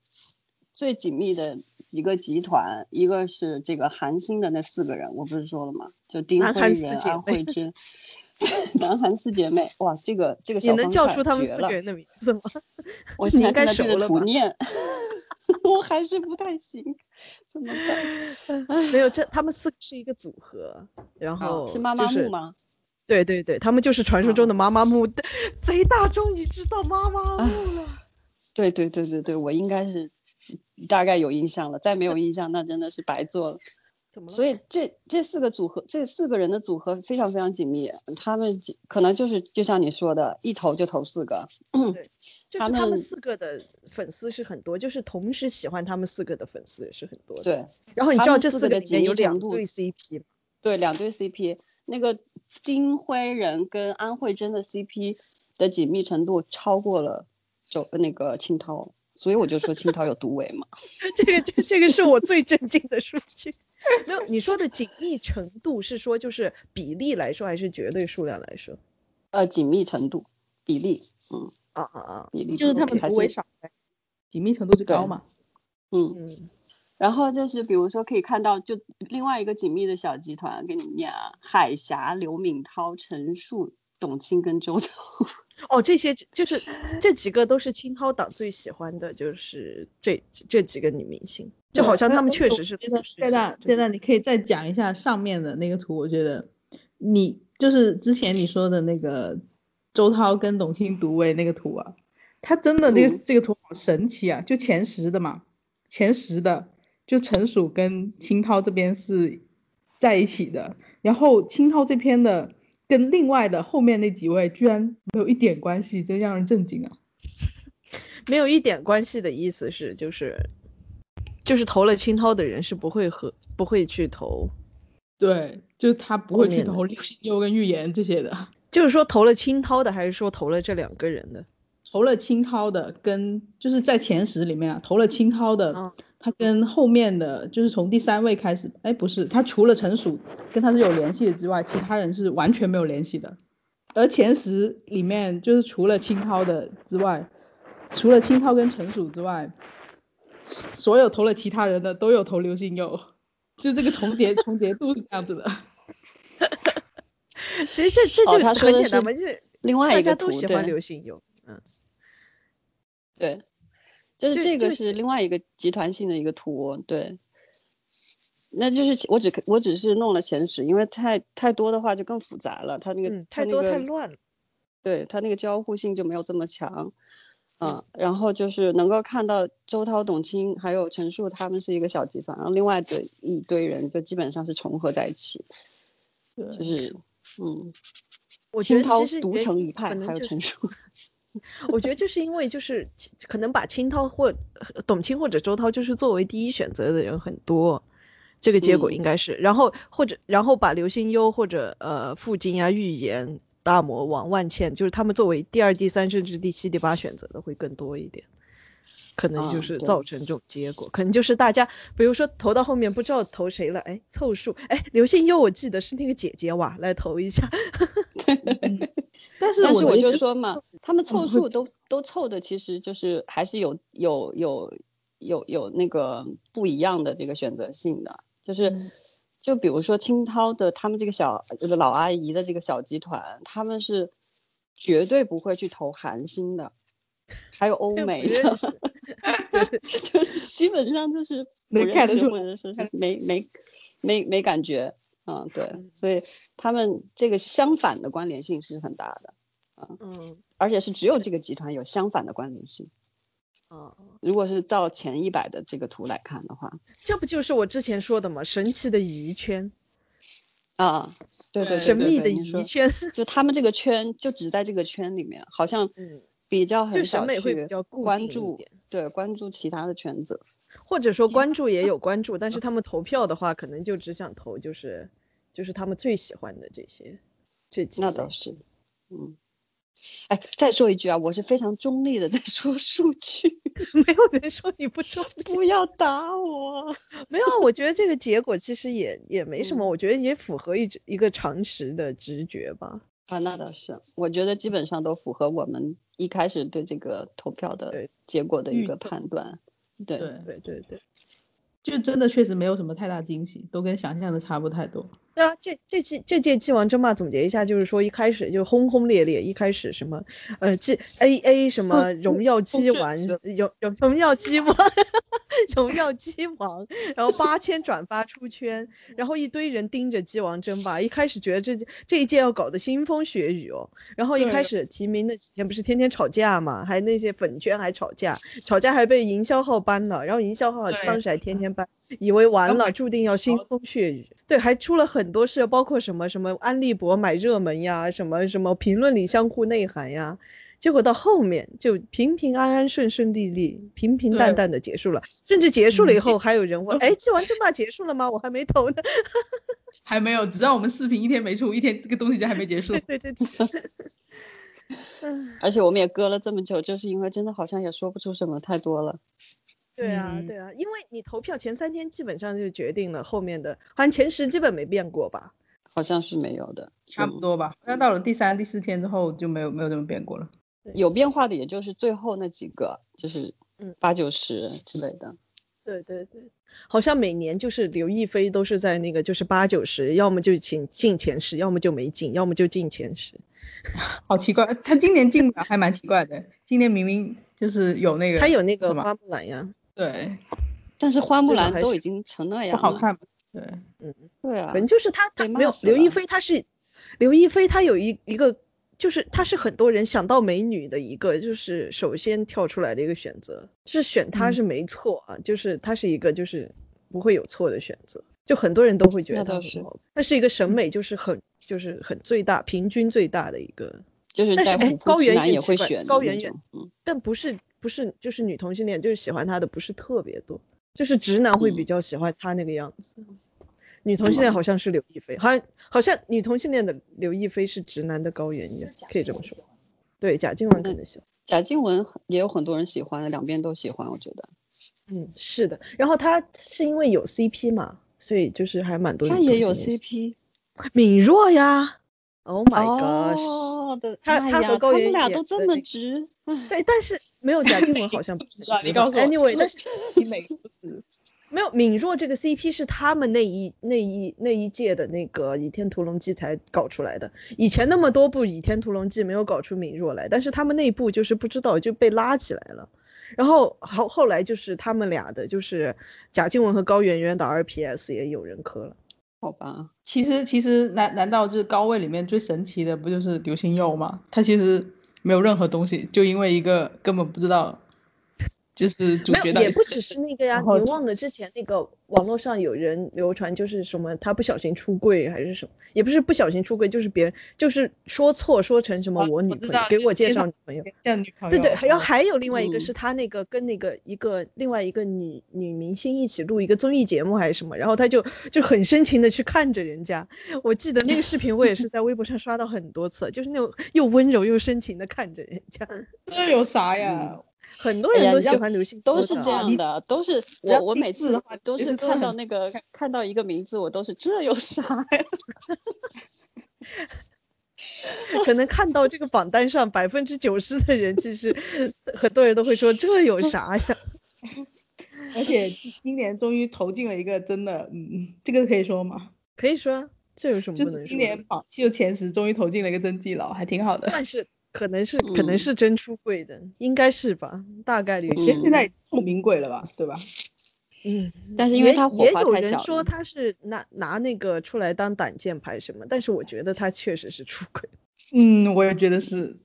C: 最紧密的几个集团，一个是这个韩星的那四个人，我不是说了吗？就丁
B: 南
C: 慧
B: 韩四
C: 仁、
B: 姐
C: 安
B: 妹
C: 慧珍、 南韩四姐妹。哇，这个这个
B: 你
C: 小
B: 能
C: 帮
B: 叫
C: 派
B: 出他们
C: 绝
B: 四
C: 了
B: 个人的名字 吗？
C: 我
B: 你
C: 现在
B: 应该
C: 看到这
B: 熟
C: 个
B: 了
C: 图
B: 吧
C: 念， 我还是不太行， 怎么办？
B: 没有，这他们四个是一个组合，然后、
C: 啊，是妈妈木？吗？哦
B: 对对对，他们就是传说中的妈妈木， 贼大终于知道妈
C: 啊
B: 妈木了。
C: 对对对对对，我应该是大概有印象了，再没有印象那真的是白做了。
B: 怎么了？
C: 所以这这四个组合，这四个人的组合非常非常紧密，他们几可能就是就像你说的，一投就投四个。
B: 就是
C: 他
B: 他
C: 们
B: 们四个的粉丝是很多，就是同时喜欢他们四个的粉丝也是很多的。。
C: 对
B: 然后你
C: 他
B: 知道
C: 们
B: 这
C: 四
B: 四
C: 个
B: 个
C: 的
B: 里
C: 紧
B: 面
C: 密
B: 有两
C: 程度
B: 对 CP 吗
C: 对，两对 CP，那个丁辉仁跟安慧珍的 CP 的紧密程度超过了周那个青涛，所以我就说青涛有独尾嘛。
B: 这个这个这个是我最震惊的数据。没有，你说的紧密程度是说就是比例来说，还是绝对数量来说？
C: 呃，紧密程度比例，嗯，
B: 啊啊啊！
C: 比例
D: 就是
C: 程
D: 他
C: 度
D: 们
C: 还
D: 独
C: 是
D: 为少呗，紧密程度就
C: 对
D: 高嘛。
C: 嗯，
B: 嗯，
C: 然后就是比如说可以看到，就另外一个紧密的小集团，给你们念啊，海霞、刘敏涛、陈数、董 卿跟周涛，
B: 哦，这些就是这几个都是青涛党最喜欢的，就是这这几个女明星，就好像
D: 对
B: 她们
D: 我
B: 确
D: 我
B: 实是
D: 觉得
B: 同时
D: 对
B: 喜
D: 的
B: 欢，这
D: 对
B: 几
D: 的，你可以再讲一下上面的那个图。我觉得你就是之前你说的那个周涛跟董卿独卫那个图啊，他真的那个、
C: 嗯
D: 这个图好神奇啊！就前十的嘛，前十的就陈数跟青涛这边是在一起的，然后青涛这边的跟另外的后面那几位居然没有一点关系，真让人震惊啊！
B: 没有一点关系的意思是，就是就是投了青涛的人是不会和不会去投，
D: 对，就是他不
B: 后
D: 会去
B: 面的
D: 投流星优跟预言这些的。
B: 就是说投了青涛的，还是说投了这两个人的？
D: 投了青涛的跟就是在前十里面啊，投了青涛的，
B: 嗯
D: 他跟后面的就是从第三位开始，哎，不是，他除了陈数跟他是有联系的之外，其他人是完全没有联系的。而前十里面就是除了青涛的之外，除了青涛跟陈数之外，所有投了其他人的都有投刘星佑，就这个重叠重叠度是这样子的。
B: 其实这这
C: 哦
B: 就
C: 他说
B: 很
C: 的
B: 简单
C: 是
B: 嘛，就是
C: 另
B: 大
C: 外一个
B: 家都
C: 图，
B: 喜
C: 对
B: 欢刘心悠，嗯，
C: 对，就是
B: 就
C: 这个
B: 就是
C: 另外一个集团性的一个图，对。那就是其我只我只是弄了前十，因为太太多的话就更复杂了，它那个、
B: 嗯，
C: 它
B: 太
C: 那
B: 多
C: 个
B: 太乱了，
C: 对他那个交互性就没有这么强，嗯，然后就是能够看到周涛、董卿还有陈数他们是一个小集团，然后另外的一堆人就基本上是重合在一起，就
D: 对，
C: 是嗯，
B: 我觉
C: 青
B: 得
C: 涛
B: 其实
C: 独
B: 原
C: 成
B: 因
C: 一派
B: 可，能
C: 还有
B: 就是
C: 陈数，
B: 我觉得就是因为就是其可能把青涛或董卿或者周涛就是作为第一选择的人很多，这个结果
C: 嗯
B: 应该是，然后或者然后把刘心悠或者呃傅菁啊、预言、大魔王、万茜，就是他们作为第二、第三甚至第七、第八选择的会更多一点。可能就
C: 啊
B: 是
C: 对
B: 造成这种结果，可能就是大家，比如说投到后面不知道投谁了，哎，凑数，哎，刘心悠我记得是那个姐姐哇，来投一 下，
D: 但是
C: 嗯但是
D: 我
C: 我
D: 的意
C: 就
D: 思
C: 说嘛，他们凑
D: 嗯
C: 数都都凑的其实就是还是有有有有有那个不一样的这个选择性的，就是。
D: 嗯
C: 就比如说清涛的他们这个小就是老阿姨的这个小集团，他们是绝对不会去投韩星的，还有欧美
B: 我觉得
C: 的
B: 你，是
C: 就是基本上就是不
D: 能
C: 认
D: 看得
C: 识
D: 出
C: 或者说是没没没没感觉，嗯，对，所以他们这个相反的关联性是很大的，
B: 嗯
C: 而且是只有这个集团有相反的关联性。
B: 啊。
C: 如果是照前一百的这个图来看的话，
B: 这不就是我之前说的吗？神奇的乙圈，
C: 啊，对对对
D: 对
B: 神秘
C: 对
B: 的
C: 你说
B: 乙圈，
C: 就他们这个圈就只在这个圈里面，好像
B: 嗯
C: 比较
B: 就审
C: 很少
B: 美会比
C: 去
B: 较固
C: 关
B: 定一
C: 注
B: 点，
C: 对关注其他的圈子，
B: 或者说关注也有关注，但是他们投票的话，可能就只想投就是就是他们最喜欢的这些这几
C: 那
B: 类
C: 倒是，嗯。哎，再说一句啊，我是非常中立的在说数据，
B: 没有人说你不中立，
C: 不要打我。
B: 没有啊，我觉得这个结果其实也也没什么，
C: 嗯
B: 我觉得也符合一一个常识的直觉吧。
C: 啊，那倒是，我觉得基本上都符合我们一开始对这个投票的
B: 对
C: 结果的
D: 预
C: 一个
D: 测
C: 判断。对
D: 对
B: 对对对。
D: 就真的确实没有什么太大惊喜，都跟想象的差不太多。
B: 对啊，这这季这届季王争霸总结一下，就是说一开始就轰轰烈烈，一开始什么呃 G A A 什么荣耀鸡王，荣荣荣耀鸡王， 荣耀鸡王，然后八千转发出圈，然后一堆人盯着鸡王争霸，一开始觉得这这一届要搞得腥风血雨哦，然后一开始提名那几天不是天天吵架嘛，还那些粉圈还吵架，吵架还被营销号搬了，然后营销号
D: 对
B: 当时还天天搬，以为完
D: 然后哦
B: 了，注定要腥风血雨。对，还出了很多事，包括什么什么安利博买热门呀，什么什么评论里相互内涵呀。结果到后面就平平安安、顺顺利利、平平淡
D: 对
B: 淡的结束了，甚至结束了以后，还有人问：“
D: 嗯
B: 哎，这完争霸结束了吗？我还没投呢。”
D: 还没有，只让我们视频一天没出，一天这个东西就还没结 束。
B: 对 对对，
C: 而且我们也隔了这么久，就是因为真的好像也说不出什么太多了。
B: 对啊
D: 嗯
B: 对啊，因为你投票前三天基本上就决定了后面的，好像前十基本没变过吧？
C: 好像是没有的，嗯
D: 差不多吧。那到了第三、第四天之后就没有没有这么变过了。
C: 有变化的也就是最后那几个，就是
B: 嗯
C: 八九十之类的。
B: 对对对，好像每年就是刘亦菲都是在那个就是八九十，要么就进进前十，要么就没进，要么就进前十。
D: 好奇怪，他今年进不了，还蛮奇怪的。今年明明就是有那个，
B: 她有那个
D: 什么
B: 花木兰呀，
D: 对
C: 但是花木
B: 至少
C: 兰
B: 还
C: 都
B: 是
C: 已经成那
D: 不
C: 样
D: 好
C: 了，
D: 看嘛。对，
C: 对啊
B: 反，正就是她她
C: 被骂
B: 没有
C: 死
B: 刘亦
C: 了
B: 菲，她是刘亦菲，她有一一个就是她是很多人想到美女的一个就是首先跳出来的一个选择，就是选她
D: 嗯
B: 是没错啊，就是她是一个就是不会有错的选择，就很多人都会觉
C: 那
B: 得她
C: 倒
B: 很
C: 是嗯
B: 好，她是一个审美就是很就是很最大平均最大的一个。
C: 就是
B: 但
C: 在
B: 是哎
C: 虎扑
B: 高
C: 直
B: 圆
C: 男
B: 圆
C: 也
B: 奇
C: 会
B: 怪
C: 选的
B: 高
C: 那
B: 圆圆
C: 种嗯，
B: 但不是不是就是女同性恋，就是喜欢他的不是特别多，就是直男会比
C: 嗯
B: 较喜欢他那个样子。女同性恋好像是刘亦菲，好像好像女同性恋的刘亦菲是直男的高圆圆，可以这么说。对，贾静雯可能喜欢。
C: 贾静雯也有很多人喜欢的，两边都喜欢，我觉得。
B: 嗯，是的。然后她是因为有 CP 嘛，所以就是还蛮多。
C: 她也有。CP。
B: 敏若呀，Oh my gosh！、
C: 哦的，
B: 她
C: 哎
B: 她
C: 呀
B: 和高
C: 他们
B: 圆
C: 俩
B: 圆
C: 都这
B: 的
C: 么
B: 那个
C: 直，
B: 对，但是没有贾静雯好像不 是
D: 知啊道你告诉我
B: Anyway，但是
D: 你哪个不是？
B: 没有，敏若这个 CP 是他们那一那一那一届的那个《倚天屠龙记》才搞出来的，以前那么多部《倚天屠龙记》没有搞出敏若来，但是他们内部就是不知道就被拉起来了。然后后后来就是他们俩的，就是贾静雯和高圆圆的 RPS 也有人磕了。
C: 好吧？
D: 其实其实难难道就是高位里面最神奇的不就是刘心悠吗？他其实没有任何东西，就因为一个根本不知道，就是主
B: 没
D: 角到
B: 有，也
D: 底
B: 不
D: 是
B: 只是那个呀，
D: 然后
B: 你忘了之前那个网络上有人流传，就是什么他不小心出柜还是什么，也不是不小心出柜，就是别人就是说错说成什么
D: 啊
B: 我女
D: 知
B: 朋友
D: 道
B: 给
D: 就
B: 我
D: 是
B: 介
D: 介
B: 绍
D: 绍
B: 女朋友，
D: 像女朋友。
B: 对对，然后
D: 嗯
B: 还有另外一个是
C: 嗯
B: 他那个跟那个一个另外一个女女明星一起录一个综艺节目还是什么，然后他就就很深情的去看着人家。我记得那个视频我也是在微博上刷到很多次，就是那种又温柔又深情的看着人家。
D: 这有啥
B: 嗯
D: 呀？
B: 很多
C: 嗯哎
B: 人
C: 呀
B: 都
C: 你
B: 喜
C: 就
B: 欢刘星
C: 都
B: 悠
C: 是
B: 的
C: 这
B: 啊
C: 样的，都是
D: 只要
C: 我我
D: 拼
C: 每
D: 字
C: 次
D: 的话
C: 都
D: 其
C: 是
D: 实都
C: 看
D: 很
C: 到那个看到一个名字，我都是这有啥呀？
B: 可能看到这个榜单上百分之九十的人，其实很多人都会说这有啥呀？
D: 而且今年终于投进了一个真的，嗯，这个可以说吗？
B: 可以说啊这
C: 嗯
B: 有什么
D: 就
B: 不
D: 是
B: 能
D: 今
B: 说的
D: 年？榜就前十终于投进了一个真基佬，还挺好的。
B: 但是可能是可能
C: 嗯
B: 是真出柜的，应该是吧？大概率
C: 嗯
B: 是。
D: 现在已经透明鬼了吧，对吧？
B: 嗯，
C: 但是因为
B: 也
C: 他火
B: 也
C: 花
B: 有
C: 太
B: 人
C: 小
B: 说
C: 了
B: 他是拿拿那个出来当挡箭牌什么，但是我觉得他确实是出轨，
D: 嗯，我也觉得是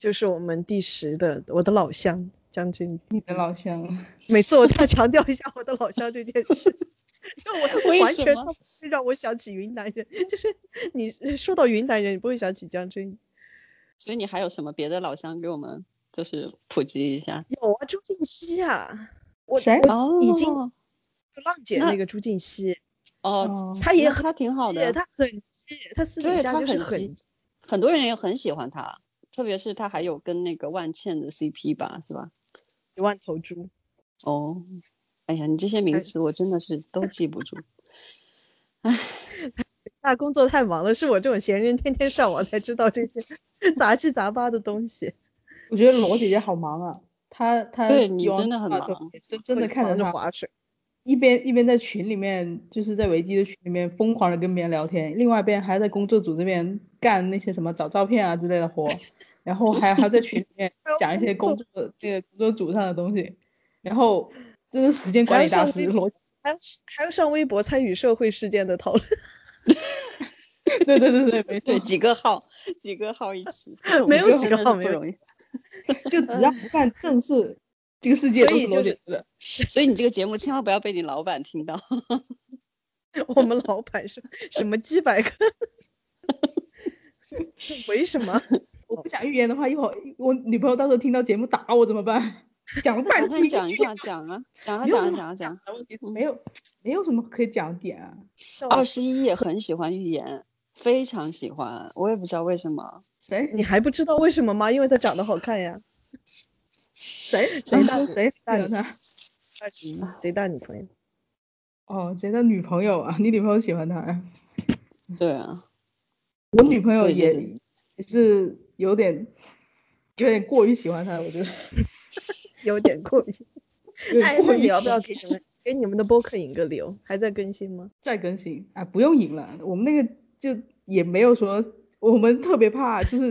B: 就是我们第十的我的老乡将军。
D: 你的老乡。
B: 每次我都要强调一下我的老乡这件事。就
C: 为
B: 我完
C: 什
B: 全
C: 么
B: 都不会让我想起云南人，就是你说到云南人，你不会想起将军。
C: 所以你还有什么别的老乡给我们就是普及一下？
B: 有啊，朱婧汐啊，我
D: 谁
B: 我
C: 哦，
B: 已经就浪姐
C: 那
B: 那个朱婧汐，
C: 哦，
D: 哦，
B: 她也
C: 那
B: 很
C: 她挺好
B: 激
C: 的，
B: 她很激，她私底
C: 对
B: 下
C: 她
B: 就是
C: 很激
B: 很
C: 很多人也很喜欢她，特别是她还有跟那个万茜的 CP 吧，是吧？
B: 一万头猪。
C: 哦，哎呀，你这些名
B: 哎
C: 词我真的是都记不住。
B: 那工作太忙了，是我这种闲人天天 上网才知道这些杂七杂八的东西。
D: 我觉得罗姐姐好忙啊，他他
C: 对你
D: 有
C: 真的很
D: 啊对
C: 忙
D: 真真的看着
B: 着
D: 他
B: 划水。
D: 一边一边在群里面，就是在维基的群里面疯狂的跟别人聊天，另外一边还在工作组这边干那些什么找照片啊之类的 活，然后还 还在群里面讲一些工作这个工作组上的东西，然后这是时间管理大
B: 还
D: 师
B: 要上
D: 逻辑，
B: 还要还要上微博参与社会事件的讨论，
D: 对对对对，
C: 对，
D: 没错，
C: 几个号，几个号一起，
B: 没有
C: 我觉得
B: 几
C: 真
B: 个
C: 的是
B: 号
C: 不
B: 没有
C: 容易。
D: 就只要不干正事，这个世界都
B: 所
D: 是
B: 以就
D: 逻
B: 是
D: 辑的。
C: 所以你这个节目千万不要被你老板 听到。
B: 我们老板是什么几百 个？为什 么？
D: 我不讲预言的话，一会儿我女朋友到时候听到节目打我怎么办？ 讲了
C: 反
D: 半天
C: 正
D: 一个
C: 哎讲一
D: 预
C: 下，
D: 言
C: 讲啊，讲啊，
D: 没
C: 讲啊，
D: 有什么
C: 讲啊，讲啊。
D: 的问题，没有没有什么可以讲的点啊。
B: 哦
C: 二十一也很喜欢预言，非常喜欢，我也不知道为什么。
D: 谁
B: 你还不知道为什么吗？因为他长得好看呀，
D: 谁 谁说谁
B: 大
D: 喜
B: 女
D: 欢他？
B: 二十一贼大女朋友。
D: 哦，谁的女朋友啊？你女朋友喜欢他呀？
C: 对啊，
D: 我女朋友
C: 所以就
D: 也
C: 是
D: 也是有点有点过于喜欢他，我觉得
B: 有点过于。
D: 有
B: 哎
D: 点，
B: 那
D: 过于
B: 你
D: 喜
B: 要
D: 欢
B: 不要给你们给你们的播客引个流？还在更新吗？
D: 再更新啊？不用引了，我们那个就也没有说，我们特别怕，就是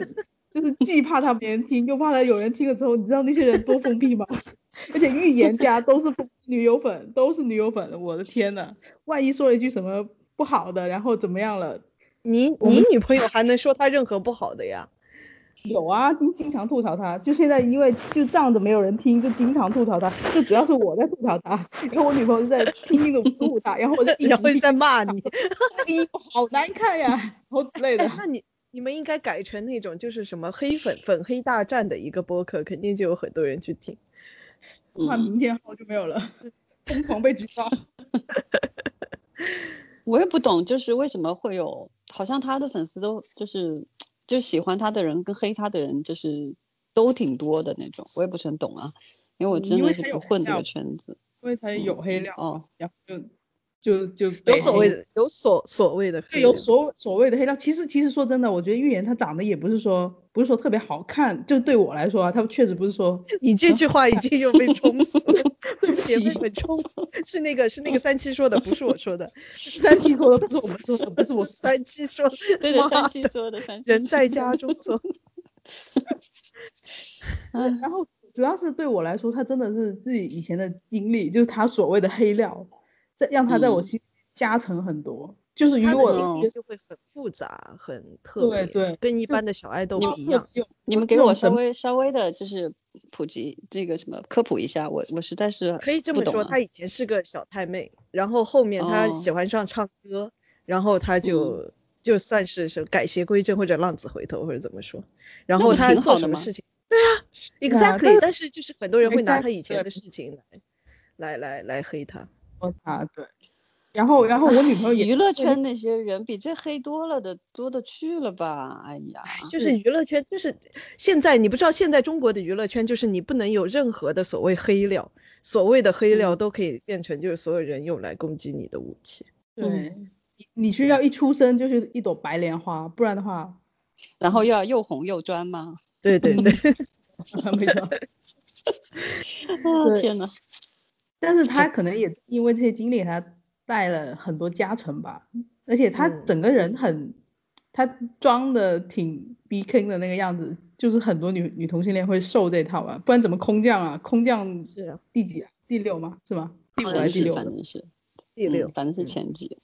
D: 就是既怕他别人听，又怕他有人听了之后，你知道那些人多封闭吗？ 而且预言家都是疯女友粉，都是女友粉，我的天呐，万一说了一句什么不好的，然后怎么样了？
B: 你你女朋友还能说她任何不好的呀？
D: 有啊，经经常吐槽他，就现在因为就仗着没有人听，就经常吐槽他，就主要是我在吐槽他，然后我女朋友就在拼命的吐他，然后我就一
B: 也会
D: 直
B: 在骂你。
D: 逼，好难看呀，然后之 类的
B: 哎。那你你们应该改成那种就是什么黑粉粉黑大战的一个播客，肯定就有很多人去听。
D: 那
C: 嗯，
D: 明天号就没有了，疯狂被举 报。
C: 我也不懂，就是为什么会有，好像他的粉丝都就是就喜欢他的人跟黑他的人就是都挺多的那种，我也不是很懂啊，因为我
D: 嗯
C: 真
D: 因为
C: 的是
D: 他有
C: 不混这
D: 料
C: 个圈子。
D: 因为他有黑料，
C: 哦，
D: 然后就就就
B: 有
D: 被
B: 所
D: 黑
B: 谓的有所所谓的
D: 对，
B: 黑
D: 有
B: 人
D: 所所谓的黑料，其实其实说真的，我觉得预言他长得也不是说不是说特别好看，就对我来说啊，他确实不是说
B: 你这句话已经又被冲死了，也被
D: 起
B: 很冲死。是那个是那个三七说的，不是我说的。
D: 三七说的不是我们说的，不 是我
B: 三七说，
C: 对的，
B: 妈
C: 三 七说的三七。
B: 人在家中坐。
C: 嗯，
D: 然后主要是对我来说，他真的是自己以前的经历，就是他所谓的黑料，在让他在我
C: 嗯
D: 心里加成很多。就是与
B: 他
D: 我
B: 的
D: 的
B: 经历
D: 一些
B: 就会很复杂，很特别
D: 对，对
B: 跟一
D: 就
B: 般的小爱豆
C: 你
B: 不
C: 们
B: 一样。
C: 你们给
D: 这
C: 我
D: 种
C: 稍
D: 神
C: 微稍微的就是普及这个什么科普一下，我我实在是
B: 可以这
C: 不
B: 么
C: 懂
B: 说，
C: 啊
B: 她以前是个小太妹，然后后面她
C: 哦嗯
B: 喜欢上唱歌，然后她就就算是是改邪归正或者浪子回头或者怎么说，然
C: 那
B: 后
C: 不是
B: 她
C: 挺
B: 做
C: 好的
B: 什么
C: 吗
B: 事情？对啊
D: 但
B: ，exactly，
D: 是
B: 但是就是很多人会拿她以前
D: exactly，
B: 的事情来来来来黑
C: 啊
B: 她。
D: 说他对。然后然后我女朋友也
C: 娱乐圈那些人比这黑多了的多的去了吧？哎呀，
B: 就是娱乐圈，就是现在你不知道，现在中国的娱乐圈就是你不能有任何的所谓黑料，所谓的黑
C: 嗯
B: 料都可以变成就是所有人用来攻击你的武器。
D: 对，你你需要一出生就是一朵白莲花，不然的话，
C: 然后又要又红又专吗？
B: 对 对 对，
D: 没错。
C: 啊
D: 对
C: 天呐，
D: 但是他可能也因为这些经历，他带了很多加成吧，而且他
B: 嗯
D: 整个人很，他装的挺逼坑的那个样子，就是很多女女同性恋会受这套啊，不然怎么空降啊？空降
B: 是啊，
D: 第几啊？第六吗？是吗？第五
C: 好
D: 还
C: 像
D: 是第
C: 是，
D: 六
C: 反
D: 的？
C: 正是
B: 第
C: 嗯
B: 六，
C: 反正是
B: 嗯
C: 前几，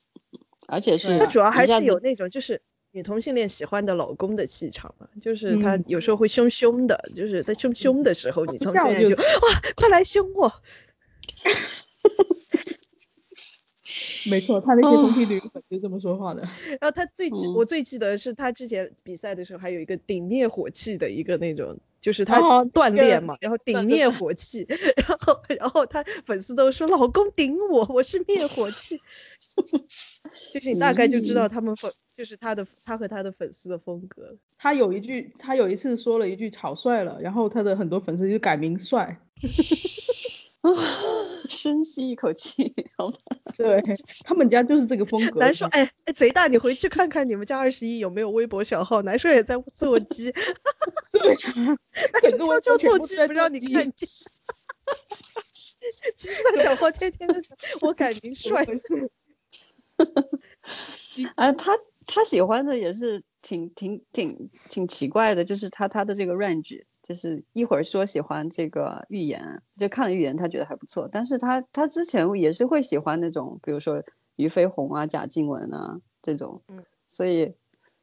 C: 而且是
B: 它主要还
C: 嗯一下
B: 是有
C: 子
B: 那种就是女同性恋喜欢的老公的气场嘛，就是他
D: 嗯
B: 有时候会凶凶的，就是在凶凶的时候，女同性
D: 这样
B: 恋就
D: 就
B: 哇，快来凶我，
D: 没错，他那些
B: 哦
D: 同性恋粉就这么说话的。
B: 然后他最记、
C: 嗯
B: 我最记得是他之前比赛的时候，还有一个顶灭火器的一个那种，就是他
D: 哦
B: 锻
D: 那个
B: 炼嘛，然后顶灭火器， 然后然后他粉丝都说老公顶我，我是灭火器，就是你大概就知道他们粉，就是他的他和他的粉丝的风格。
D: 他有一句，他有一次说了一句“草率了”，然后他的很多粉丝就改名“帅
C: 啊， 深吸一口气，好吧，”，
D: 对他们家就是这个风格。
B: 难说，哎哎，贼大，你回去看看你们家二十一有没有微博小号，难说也在做鸡，
D: 对啊，整个
B: 悄悄
D: 微博全
B: 做
D: 部
B: 鸡
D: 都在
B: 不让你
D: 鸡
B: 看见，其实他小花天天的，我感 觉帅。
C: 哎，他他喜欢的也是挺挺挺挺奇怪的，就是他他的这个 range，就是一会儿说喜欢这个预言，就看了预言他觉得还不错，但是他他之前也是会喜欢那种，比如说俞飞鸿啊、贾静雯啊这种，
B: 嗯
C: 所以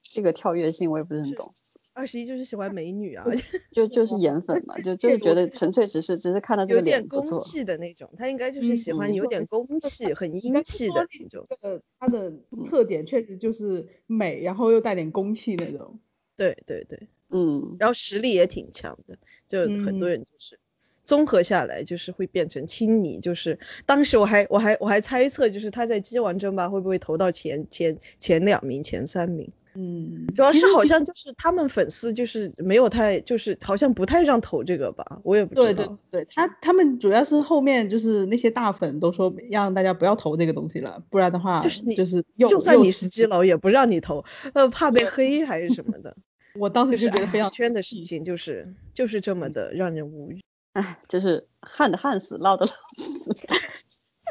C: 这个跳跃性我也不是很懂，
B: 二十一就是喜欢美女啊，
C: 就就是颜粉 嘛，就就是觉得纯粹只是只是看到这
B: 有
C: 个
B: 点
C: 脸不
B: 攻
C: 错，
B: 气的那种，他应该就是喜
C: 嗯
B: 欢
C: 嗯
B: 有点攻气、很
D: 应该
B: 英气
D: 说
B: 的那种。
D: 这个它的
B: 嗯
D: 特点确实就是美，然后又带点攻气那种。
B: 对对对，
C: 嗯，
B: 然后实力也挺强的，就很
D: 嗯
B: 多人就是。综合下来就是会变成亲昵，就是当时我还我还我还猜测，就是他在鸡王争霸会不会投到前前前两名、前三名？
D: 嗯，
B: 主要是好像就是他们粉丝就是没有太就是好像不太让投这个吧，我也不
D: 对
B: 知
D: 对
B: 道。
D: 对，他他们主要是后面就是那些大粉都说让大家不要投这个东西了，不然的话
B: 就是你
D: 就是又
B: 就算
D: 又
B: 你是基佬也不让你投，呃，怕被黑还是什么的。
D: 我当
B: 就
D: 时
B: 是
D: 就觉得
B: 哎
D: 非
B: 呀
D: 常嗯
B: 圈的事情，就是就是这么的让人无语。
C: 哎， 就是旱的旱死，涝的涝死，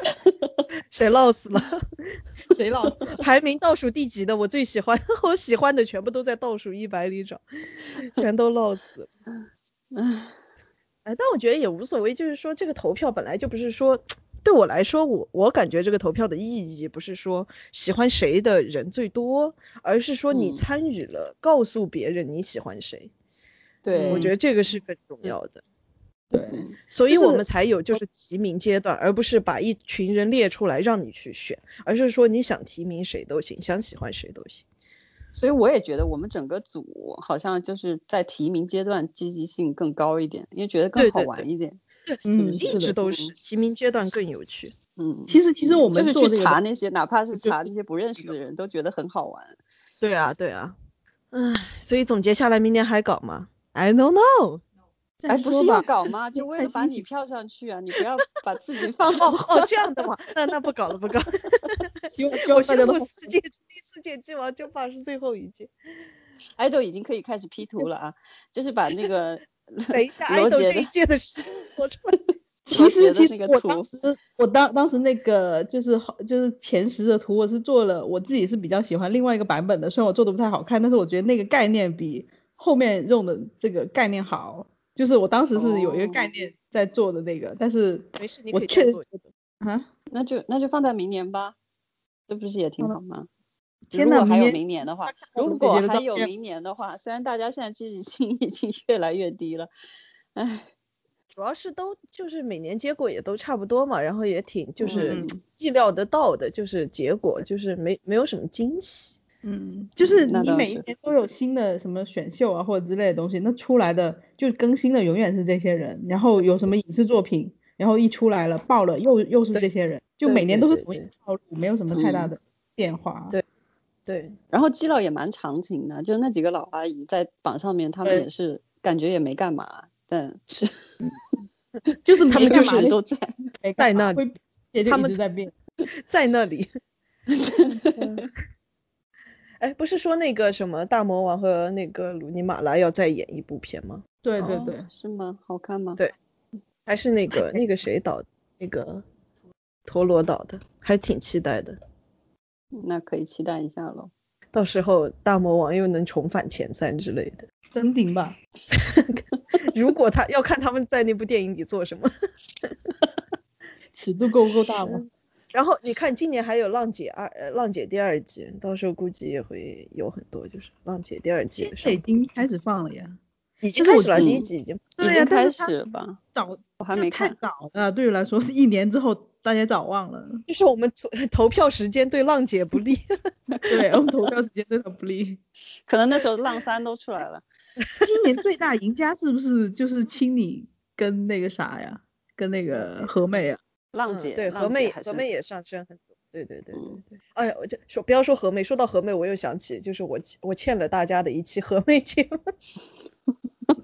B: 谁闹死了？
D: 谁老 师
B: 排名倒数第几的我最喜欢， 我喜欢的全部都在倒数一百里找，全都闹死了。
C: 唉，
B: 哎，但我觉得也无所谓，就是说这个投票本来就不是说，对我来说，我我感觉这个投票的意义不是说喜欢谁的人最多，而是说你
C: 嗯
B: 参与了，告诉别人你喜欢谁，
C: 对，
B: 我觉得这个是更重要的，
D: 对
C: 嗯
B: 所以
D: 就是
B: 我们才有就是提名阶段，而不是把一群人列出来让你去选，而是说你想提名谁都行，想喜欢谁都行。
C: 所以我也觉得我们整个组好像就是在提名阶段积极性更高一点，因为觉得更
B: 对
C: 好
B: 对
C: 玩
B: 对
C: 一点。
D: 嗯
B: 一
D: 是
B: 直
D: 的
B: 都
C: 是
B: 是
C: 的
B: 提名阶段更有趣。
C: 嗯，
D: 其实其实我们
C: 就是
D: 做
C: 去
D: 这个
C: 查
D: 东
C: 那些，哪怕是
D: 就
C: 查
D: 是
C: 那些不认识的人，都觉得很好玩。
B: 对啊，对啊，唉，所以总结下来，明年还搞吗？I don't know。
D: 再
C: 哎，不
D: 说
C: 是要
D: 吧，
C: 搞吗？就为
D: 看
C: 了把
D: 心
C: 你
D: 情
C: 票上去啊！你不要把自己放
B: 哦
C: 上。
B: 哦，这样的 嘛，那那不搞了，不搞了。
D: 希望希
B: 我
D: 望大
B: 宣
D: 家都
B: 布四届第四届鸡王争霸是最后一 届。
C: 爱哎豆已经可以开始 P 图了啊，就是把那个
B: 等一下， 爱
C: 罗
B: 豆
C: 杰
B: 这
C: 的
B: 一届的事情说出来。
C: 罗
D: 其
C: 杰的
D: 实其
C: 那个
D: 实我
C: 图
D: 当时我当当时那个就是好就是前十的图，我是做了我自己是比较喜欢另外一个版本的，虽然我做的不太好看，但是我觉得那个概念比后面用的这个概念好。就是我当时是有一个概
C: 哦
D: 念在做的那个，但是
B: 没事，你
D: 我
B: 可以
D: 确
B: 再
D: 实
B: 做一个。
D: 啊，
C: 那就那就放在明年吧，这不是也挺好吗？
D: 嗯天
C: 如
D: 呐
C: 果还有
D: 明年
C: 明年的话
D: 看，到
C: 如
D: 罗
C: 果
D: 姐姐的
C: 还
D: 照
C: 有
D: 片
C: 明年的话，虽然大家现在积极性已经 越来越低了，唉，
B: 主要是都就是每年结果也都差不多嘛，然后也挺就是
C: 嗯
B: 意料得到的，就是结果就是没没有什么惊喜。
D: 嗯，就是
C: 那
D: 你
C: 倒
D: 每一
C: 是
D: 年都有新的什么选秀啊或者之类的东西，那出来的就更新的永远是这些人，然后有什么影视作品，然后一出来了爆了又又是这些人，就
B: 对
D: 每年
B: 对
D: 都是
B: 对
D: 同一
B: 对
D: 个套路，没有什么太大
C: 嗯
D: 的变化。
B: 对对，
C: 然后基佬也蛮长情的，就那几个老阿姨在榜上面，她们
D: 对
C: 也是感觉也没干嘛，但 是
D: 就是
C: 她
D: 没
C: 们
D: 干
C: 就
D: 嘛
C: 是
D: 就
C: 都在，
D: 没
B: 在
D: 干嘛
B: 那
D: 会变也就
B: 他
D: 一
B: 们
D: 直
C: 哦
D: 在变。
B: 在那里。 哎，不是说那个什么大魔王和那个鲁尼马拉要再演一部片吗？
D: 对对
C: 哦
D: 对，
C: 是吗？好看吗？
B: 对还是那个那个谁导的？那个陀螺导的，还挺期待的。
C: 那可以期待一下喽。
B: 到时候大魔王又能重返前三之类的。
D: 登顶吧。
B: 如果他要看他们在那部电影里做什么。
D: 尺度够不够大
C: 哦
D: 吗？
B: 然后你看，今年还有《浪姐二》呃，《浪姐》第二季，到时候估计也会有很多，就是《浪姐》第二季
D: 现
B: 的
D: 在
B: 上
D: 已，经开始放了呀。
B: 已经
D: 但
B: 开
D: 是
B: 始了，
C: 我
B: 第一季已经。
C: 已
D: 对呀、
C: 经
D: 但
C: 开
D: 是它
C: 始吧，
D: 早
C: 我还
D: 就
C: 没
D: 太
C: 看。
D: 早了，对我来说是一年之后大家早忘了。
B: 就是我们投投票时间对浪姐不利，
D: 对，我们投票时间真的不利。
C: 可能那时候 浪三都出来了，
D: 今年最大赢家是不是就是青你跟那个啥呀？跟那个何美 啊？
C: 浪
B: 嗯
C: 姐，
B: 对
C: 浪
B: 何
C: 姐
B: 妹
C: 还
B: 何
C: 是
B: 妹也上升很多，对对对对
C: 嗯
B: 对。哎呀，我这说不要说何妹，说到何妹，我又想起就是我欠我欠了大家的一期何妹节目，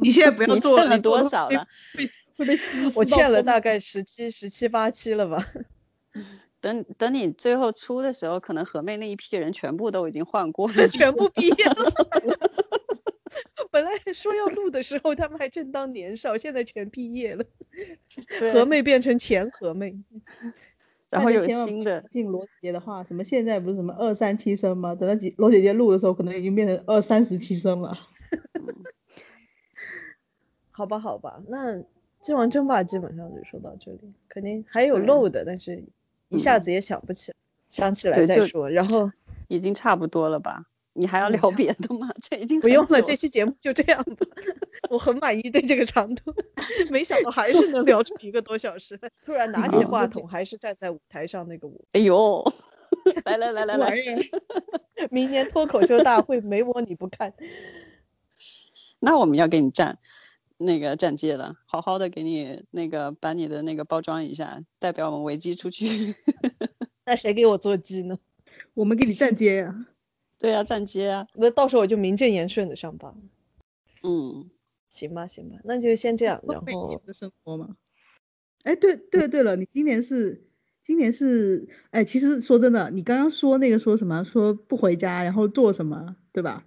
D: 你现在不要
C: 你
D: 做
C: 欠
D: 了，
C: 了
D: 你做
C: 多
D: 会
C: 少
D: 被
C: 了？
D: 被会被撕
B: 我
D: 撕到
B: 欠了
D: 疯
B: 大概十七十七八期了 吧。
C: 等等你最后出的时候，可能何
B: 。
C: 妹那一批人全部都已经换过了
B: 全部毕业了。本来说要录的时候，他们还正当年少，现在全毕业了，
C: 对
B: 和妹变成前和妹。
C: 然后
D: 但是
C: 有
D: 千万
C: 新
D: 不要
C: 的，
D: 信罗姐姐的话，什么现在不是什么二三七声吗？等到姐罗姐姐录的时候，可能已经变成二三十七声了。
B: 好吧，好吧，那这王争霸基本上就说到这里，肯定还有
C: 对
B: 漏的，但是一下
C: 嗯
B: 子也想不起来，想起来
C: 对
B: 再
C: 就
B: 说。然 后
C: 已经差不多了吧？
B: 嗯
C: 你还要聊别的吗？这已经
B: 不
C: 很
B: 用了，
C: 久
B: 这期节目就这样吧。 我很满意对这个长度， 没想到还是能聊出一个多小时。突然 拿起
C: 嗯
B: 话筒，还是站在舞台上那个我。
C: 哎呦，来来来来来，
D: 意儿，
B: 明年脱口秀大会没我你不看，
C: 那我们要给你站那个站街了，好好的给你那个把你的那个包装一下，代表我们维基出去。
B: 那谁给我做鸡呢？
D: 我们给你站街呀、
C: 对啊，站街啊，
B: 那到时候我就名正言顺的上班。
C: 嗯，
B: 行吧，行吧，那就先 这样，然
D: 后
B: 后
D: 的生活嘛。哎，对对对了，你今年是今年是哎，其实说真的，你刚刚说那个说什么说不回家，然后做什么，对吧？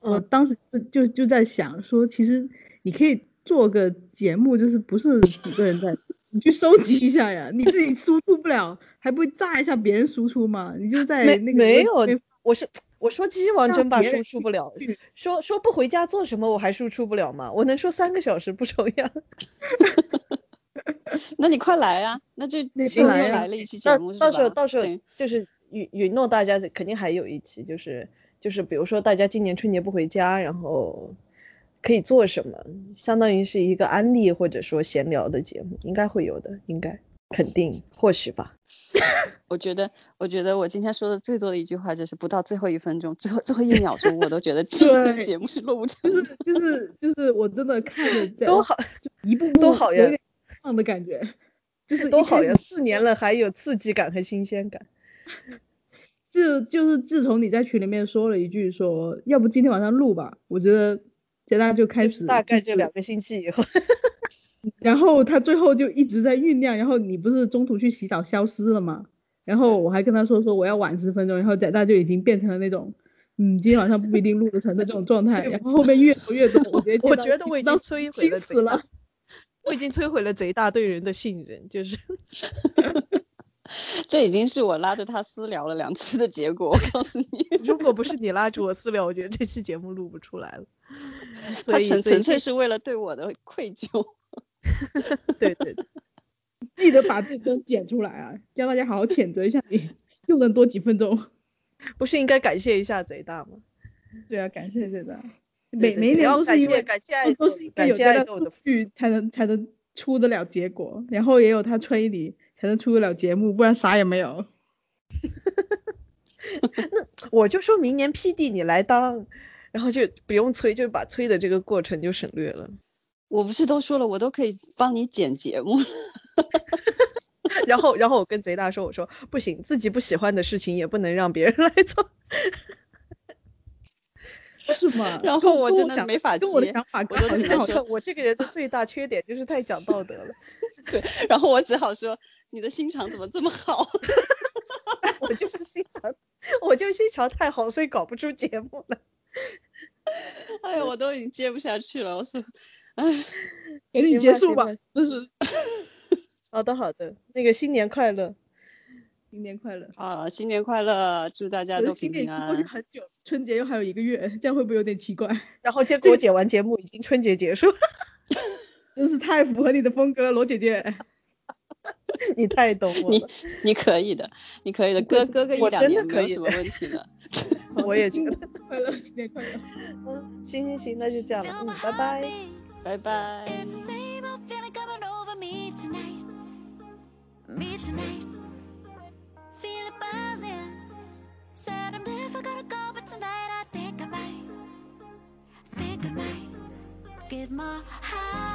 D: 我
B: 嗯
D: 当时就就就在想说，其实你可以做个节目，就是不是几个人在，你去收集一下呀，你自己输出不了，还不会炸一下别人输出吗？你就在
B: 没
D: 那个
B: 没
D: 微
B: 有
D: 微，
B: 我是我说鸡王
D: 让
B: 争霸
D: 别
B: 输
D: 人
B: 出不了，
D: 去
B: 说说不回家做什么，我还输出不了吗？我能说三个小时不重 样。
C: 那你快来啊，那就
D: 那
C: 今
D: 快
C: 天
D: 来
C: 又
D: 啊
C: 来了一期节
B: 到
C: 目是
B: 到时候
C: 吧
B: 到时候
C: 对
B: 就是允允诺大家肯定还有一期，就是就是比如说大家今年春节不回家，然后可以做什么，相当于是一个安利或者说闲聊的节目，应该会有的，应该肯定或许吧。
C: 我觉得我觉得我今天说的最多的一句话就是不到最后一分钟，最后最后一秒钟，我都觉得今天的
D: 对
C: 节目是落不
D: 就
C: 成的。
D: 是就是就是我真的看着在
B: 都好
D: 一步步
B: 都好
D: 有
B: 呀
D: 点上的感觉，就是
B: 都
D: 一
B: 好
D: 开
B: 呀，
D: 始
B: 四年了还有刺激感和新鲜感。
D: 自就是自从你在群里面说了一句说，要不今天晚上录吧，我觉得杰大就开
B: 就
D: 始
B: 是大概
D: 就
B: 这
D: 是
B: 两个星期以后，
D: 然后他最后就一直在酝酿，然后你不是中途去洗澡消失了吗？然后我还跟他说说我要晚十分钟，然后仔大就已经变成了那种，嗯，今天晚上不一定录得成的这种状态，
B: 对不
D: 然后后面越说越多，我觉 得
B: 我
D: 见到
B: 觉得我已经
D: 到
B: 摧毁
D: 心
B: 了贼
D: 死
B: 大
D: 了，
B: 我已经摧毁了贼大对人的信任， 就是
C: 这已经是我拉着他私聊了两次的结果，我告诉你，
B: 如果不是你拉着我私聊，我觉得这期节目录不出来 了。 所
C: 他
B: 以，
C: 纯
B: 所以
C: 纯粹是为了对我的愧疚。
B: 对对对，
D: 记得把这都剪出来啊，叫大家好好谴责一下你，又能多几分钟。
B: 不是应该感谢一下贼大吗？
D: 对啊，感谢谢大，
B: 对
D: 每
B: 对
D: 每一
B: 对
D: 年
B: 要
D: 都
B: 感
D: 是因
B: 谢
D: 为
B: 感谢
D: 都
B: 爱
D: 都
B: 豆
D: 是因为
B: 感
D: 有
B: 谢
D: 这
B: 爱
D: 样
B: 豆
D: 数
B: 的
D: 据才能才能出得了结果，然后也有他催你才能出得了节目，不然啥也没有。
B: 我就说明年 PD 你来当，然后就不用催，就把催的这个过程就省略了。
C: 我不是都说了，我都可以帮你剪节目了。
B: 然后，然后我跟贼大说，我说不行，自己不喜欢的事情也不能让别人来 做。
D: 是 吗？
C: 然
D: 跟
C: 后我
D: 跟
C: 真的
D: 想
C: 没法
D: 跟我的
C: 接
D: 想法
C: 我
D: 刚
C: 就
D: 好
C: 只
B: 你
D: 正
C: 能
D: 好
B: 看，
C: 说
B: 我这个人的最大缺点就是太讲道德了，
C: 对，然后我只好说你的心肠怎么这么好？
B: 我就是心肠，我就是心肠太好，所以搞不出节目来。
C: 哎呀，我都已经接不下去了。我说，哎，
D: 给你
B: 行
D: 结
B: 吧
D: 束
B: 行
D: 吧
B: 吧，
D: 就是
B: 好的，好的，那个新年快乐。
D: 新年快乐。
C: 啊，新年快乐，祝大家
D: 可
C: 都
D: 是新
C: 平
D: 年已
C: 平
D: 经过去
C: 安。
D: 很久，春节又还有一个月，这样会不会有点奇怪？
B: 然后结果我剪完节目已经春节结束，
D: 真是太符合你的风格了，罗姐姐。
B: 你太懂我
C: 你
B: 了，
C: 你可以的，你可以的，搁搁个一
B: 我
C: 两
B: 真的
C: 年没
B: 可以
C: 有什么
B: 的
C: 问题的。
B: 我也觉得。
D: 快乐，新年快乐。
B: 嗯，行行行，那就这样了，
E: Feel
B: 嗯
E: my，
B: 拜拜。
E: heartbeat.
C: 拜拜。
E: It's the same old feeling coming over me tonight. Me tonight. Feel it buzzing. Said I'm never gonna go, but tonight I think I might. Think I might. Give my heart. oh,